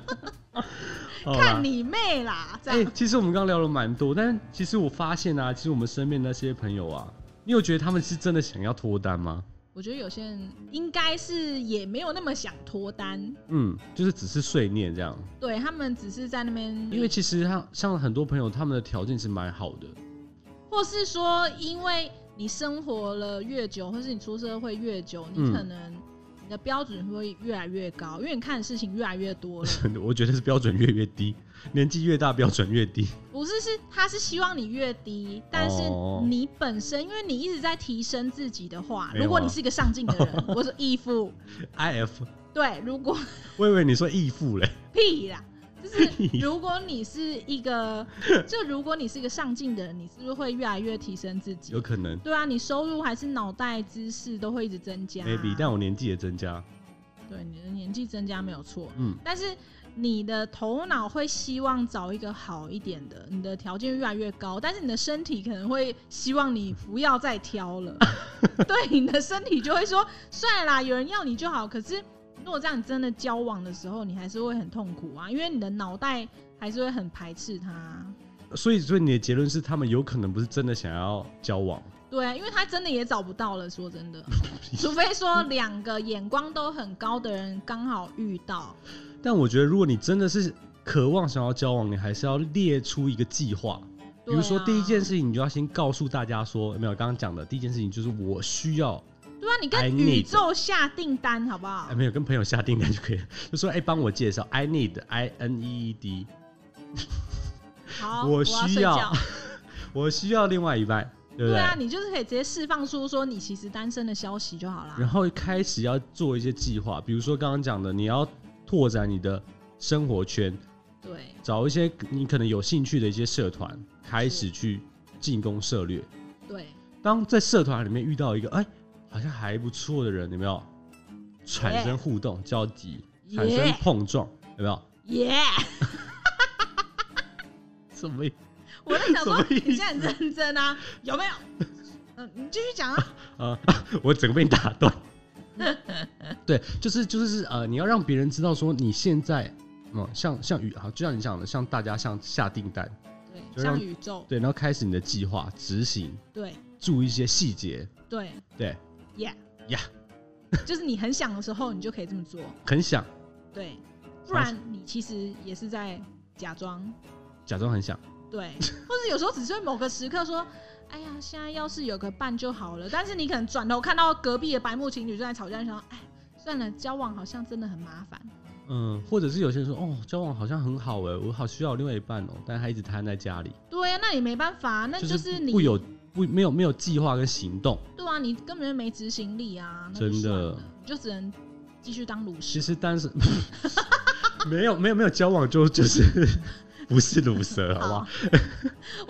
Speaker 1: 好啦
Speaker 2: 看你妹啦，这
Speaker 1: 哎、
Speaker 2: 样。
Speaker 1: 其实我们刚刚聊了蛮多，但其实我发现啊，其实我们身边那些朋友啊，你有觉得他们是真的想要脱单吗？
Speaker 2: 我觉得有些人应该是也没有那么想脱单，
Speaker 1: 嗯，就是只是碎念这样。
Speaker 2: 对他们只是在那边，
Speaker 1: 因为其实他像很多朋友，他们的条件是蛮好的， [LAUGHS]
Speaker 2: 或是说，因为你生活了越久，或是你出社会越久，
Speaker 1: 嗯
Speaker 2: 你可能你的标准会越来越高，因为你看的事情越来越多
Speaker 1: [LAUGHS]
Speaker 2: 了。
Speaker 1: 我觉得是标准越越低，年纪越大标准越低。
Speaker 2: 不是，是他是希望你越低，但是
Speaker 1: 哦
Speaker 2: 你本身，因为你一直在提升自己的话，
Speaker 1: 没有啊
Speaker 2: 如果你是一个上进的人， [LAUGHS] 我说义父，
Speaker 1: I F，
Speaker 2: 对，如果
Speaker 1: 我以为你说义父嘞，
Speaker 2: 屁
Speaker 1: [LAUGHS]
Speaker 2: 啦。就是如果你是一个，就如果你是一个上进的人，你是不是会越来越提升自己
Speaker 1: 有？可能
Speaker 2: 对啊，你收入还是脑袋知识都会一直增加啊。
Speaker 1: maybe，但我年纪也增加，
Speaker 2: 对你的年纪增加没有错，
Speaker 1: 嗯，
Speaker 2: 但是你的头脑会希望找一个好一点的，你的条件越来越高，但是你的身体可能会希望你不要再挑
Speaker 1: [LAUGHS]
Speaker 2: 了。对，你的身体就会说算了啦，有人要你就好。可是如果这样，你真的交往的时候，你还是会很痛苦啊，因为你的脑袋还是会很排斥他。
Speaker 1: 所以所以你的结论是他们有可能不是真的想要交往，
Speaker 2: 对啊，因为他真的也找不到了。
Speaker 1: [LAUGHS]
Speaker 2: 说真的，除非说两个眼光都很高的人刚好遇到，
Speaker 1: 但我觉得，如果你真的是渴望想要交往，你还是要列出一个计划。比如说
Speaker 2: 对啊
Speaker 1: 第一件事情，你就要先告诉大家说，有没有刚刚讲的第一件事情就是我需要，
Speaker 2: 对啊，你
Speaker 1: I
Speaker 2: 跟
Speaker 1: need
Speaker 2: 宇宙下订单好不好
Speaker 1: 哎，？没有跟朋友下订单就可以了， [LAUGHS] 就说哎，帮我介绍，I need I N E E D， [LAUGHS]
Speaker 2: 好，
Speaker 1: 我
Speaker 2: 我
Speaker 1: 需
Speaker 2: 睡
Speaker 1: 要
Speaker 2: 觉
Speaker 1: 我需要另外一半，对不
Speaker 2: 对啊，你就是可以直接释放出说你其实单身的消息就好
Speaker 1: 然
Speaker 2: 啦。
Speaker 1: 后开始要做一些计划，比如说刚刚讲的，你要拓展你的生活圈，
Speaker 2: 对，
Speaker 1: 找一些你可能有兴趣的一些社团，开始去进攻策略。
Speaker 2: 对，
Speaker 1: 当在社团里面遇到一个哎、好像还不错的人，有没有产生互动、交集，产生
Speaker 2: 耶
Speaker 1: 碰撞，有没有？ [LAUGHS]
Speaker 2: 耶！
Speaker 1: 什么意？
Speaker 2: 我在想说
Speaker 1: 什么意
Speaker 2: 你
Speaker 1: 思
Speaker 2: 现在很认真啊，有
Speaker 1: [LAUGHS]
Speaker 2: 没有？嗯，你继续讲啊。
Speaker 1: 啊、我整个被你打断。 [LAUGHS] 对，就是就是呃，你要让别人知道说你现在，嗯，像像雨啊，就像你讲的，向大家像下订单，就
Speaker 2: 对，
Speaker 1: 让
Speaker 2: 像宇宙，
Speaker 1: 对，然后开始你的计划执行，
Speaker 2: 对
Speaker 1: 注意一些细节，
Speaker 2: 对
Speaker 1: 对，
Speaker 2: 耶
Speaker 1: 呀，
Speaker 2: [LAUGHS] 就是你很想的时候，你就可以这么做。
Speaker 1: 很想，
Speaker 2: 对，不然你其实也是在假装。
Speaker 1: 假装很想，
Speaker 2: 对，或者有时候只是某个时刻说，哎呀，现在要是有个伴就好了。但是你可能转头看到隔壁的白目情侣正在吵架，你想，哎，算了，交往好像真的很麻烦。
Speaker 1: 嗯，或者是有些人说，哦，交往好像很好哎，我好需要有另外一半哦，但他一直瘫在家里，
Speaker 2: 对啊，那也没办法，那就是你
Speaker 1: 不有不没有没有计划跟行动。
Speaker 2: 对啊，你根本就没执行力啊，那就
Speaker 1: 真的
Speaker 2: 算了，你就只能继续当鲁
Speaker 1: 其
Speaker 2: 蛇。
Speaker 1: 实单
Speaker 2: [LAUGHS]
Speaker 1: 身没有没有没有交往就就是 [LAUGHS] 不是毒蛇，好不啊好？，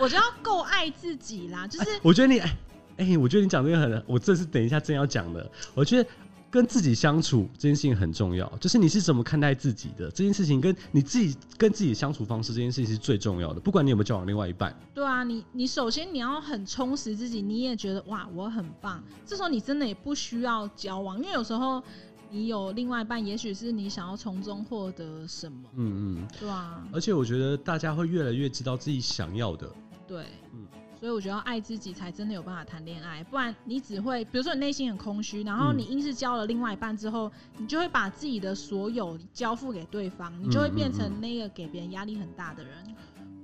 Speaker 2: [LAUGHS] 我就要够爱自己啦，就是
Speaker 1: 我觉得你哎哎、我觉得你讲这个很，我这是等一下正要讲的。我觉得跟自己相处这件事情很重要，就是你是怎么看待自己的这件事情，跟你自己跟自己相处方式这件事情是最重要的。不管你有没有交往另外一半，
Speaker 2: 对啊，你你首先你要很充实自己，你也觉得哇我很棒。这时候你真的也不需要交往，因为有时候你有另外一半，也许是你想要从中获得什么，
Speaker 1: 嗯嗯，
Speaker 2: 对啊，
Speaker 1: 而且我觉得大家会越来越知道自己想要的，
Speaker 2: 对，
Speaker 1: 嗯
Speaker 2: 所以我觉得要爱自己才真的有办法谈恋爱，不然你只会，比如说你内心很空虚，然后
Speaker 1: 嗯
Speaker 2: 你硬是交了另外一半之后，你就会把自己的所有交付给对方，你就会
Speaker 1: 嗯嗯
Speaker 2: 变
Speaker 1: 嗯
Speaker 2: 成那个给别人压力很大的人。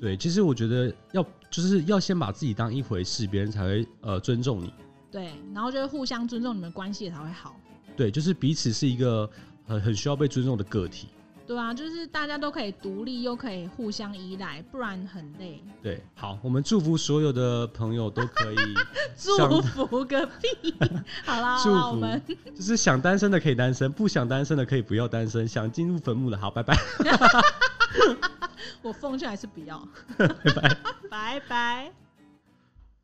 Speaker 1: 对。其实我觉得要就是要先把自己当一回事，别人才会呃尊重你。
Speaker 2: 对，然后就会互相尊重，你们关系也才会好。
Speaker 1: 对，就是彼此是一个很很需要被尊重的个体。
Speaker 2: 对啊，就是大家都可以独立，又可以互相依赖，不然很累。
Speaker 1: [LAUGHS] 对，好，我们祝福所有的朋友都可以 [LAUGHS] 像
Speaker 2: 祝福个
Speaker 1: [LAUGHS]
Speaker 2: 屁！好啦，好
Speaker 1: 祝
Speaker 2: 啦，我
Speaker 1: 福
Speaker 2: 们，
Speaker 1: 就是想单身的可以单身，不想单身的可以不要单身，想进入坟墓的好，拜拜。 [LAUGHS]
Speaker 2: 我奉劝还是不要。拜拜，拜拜。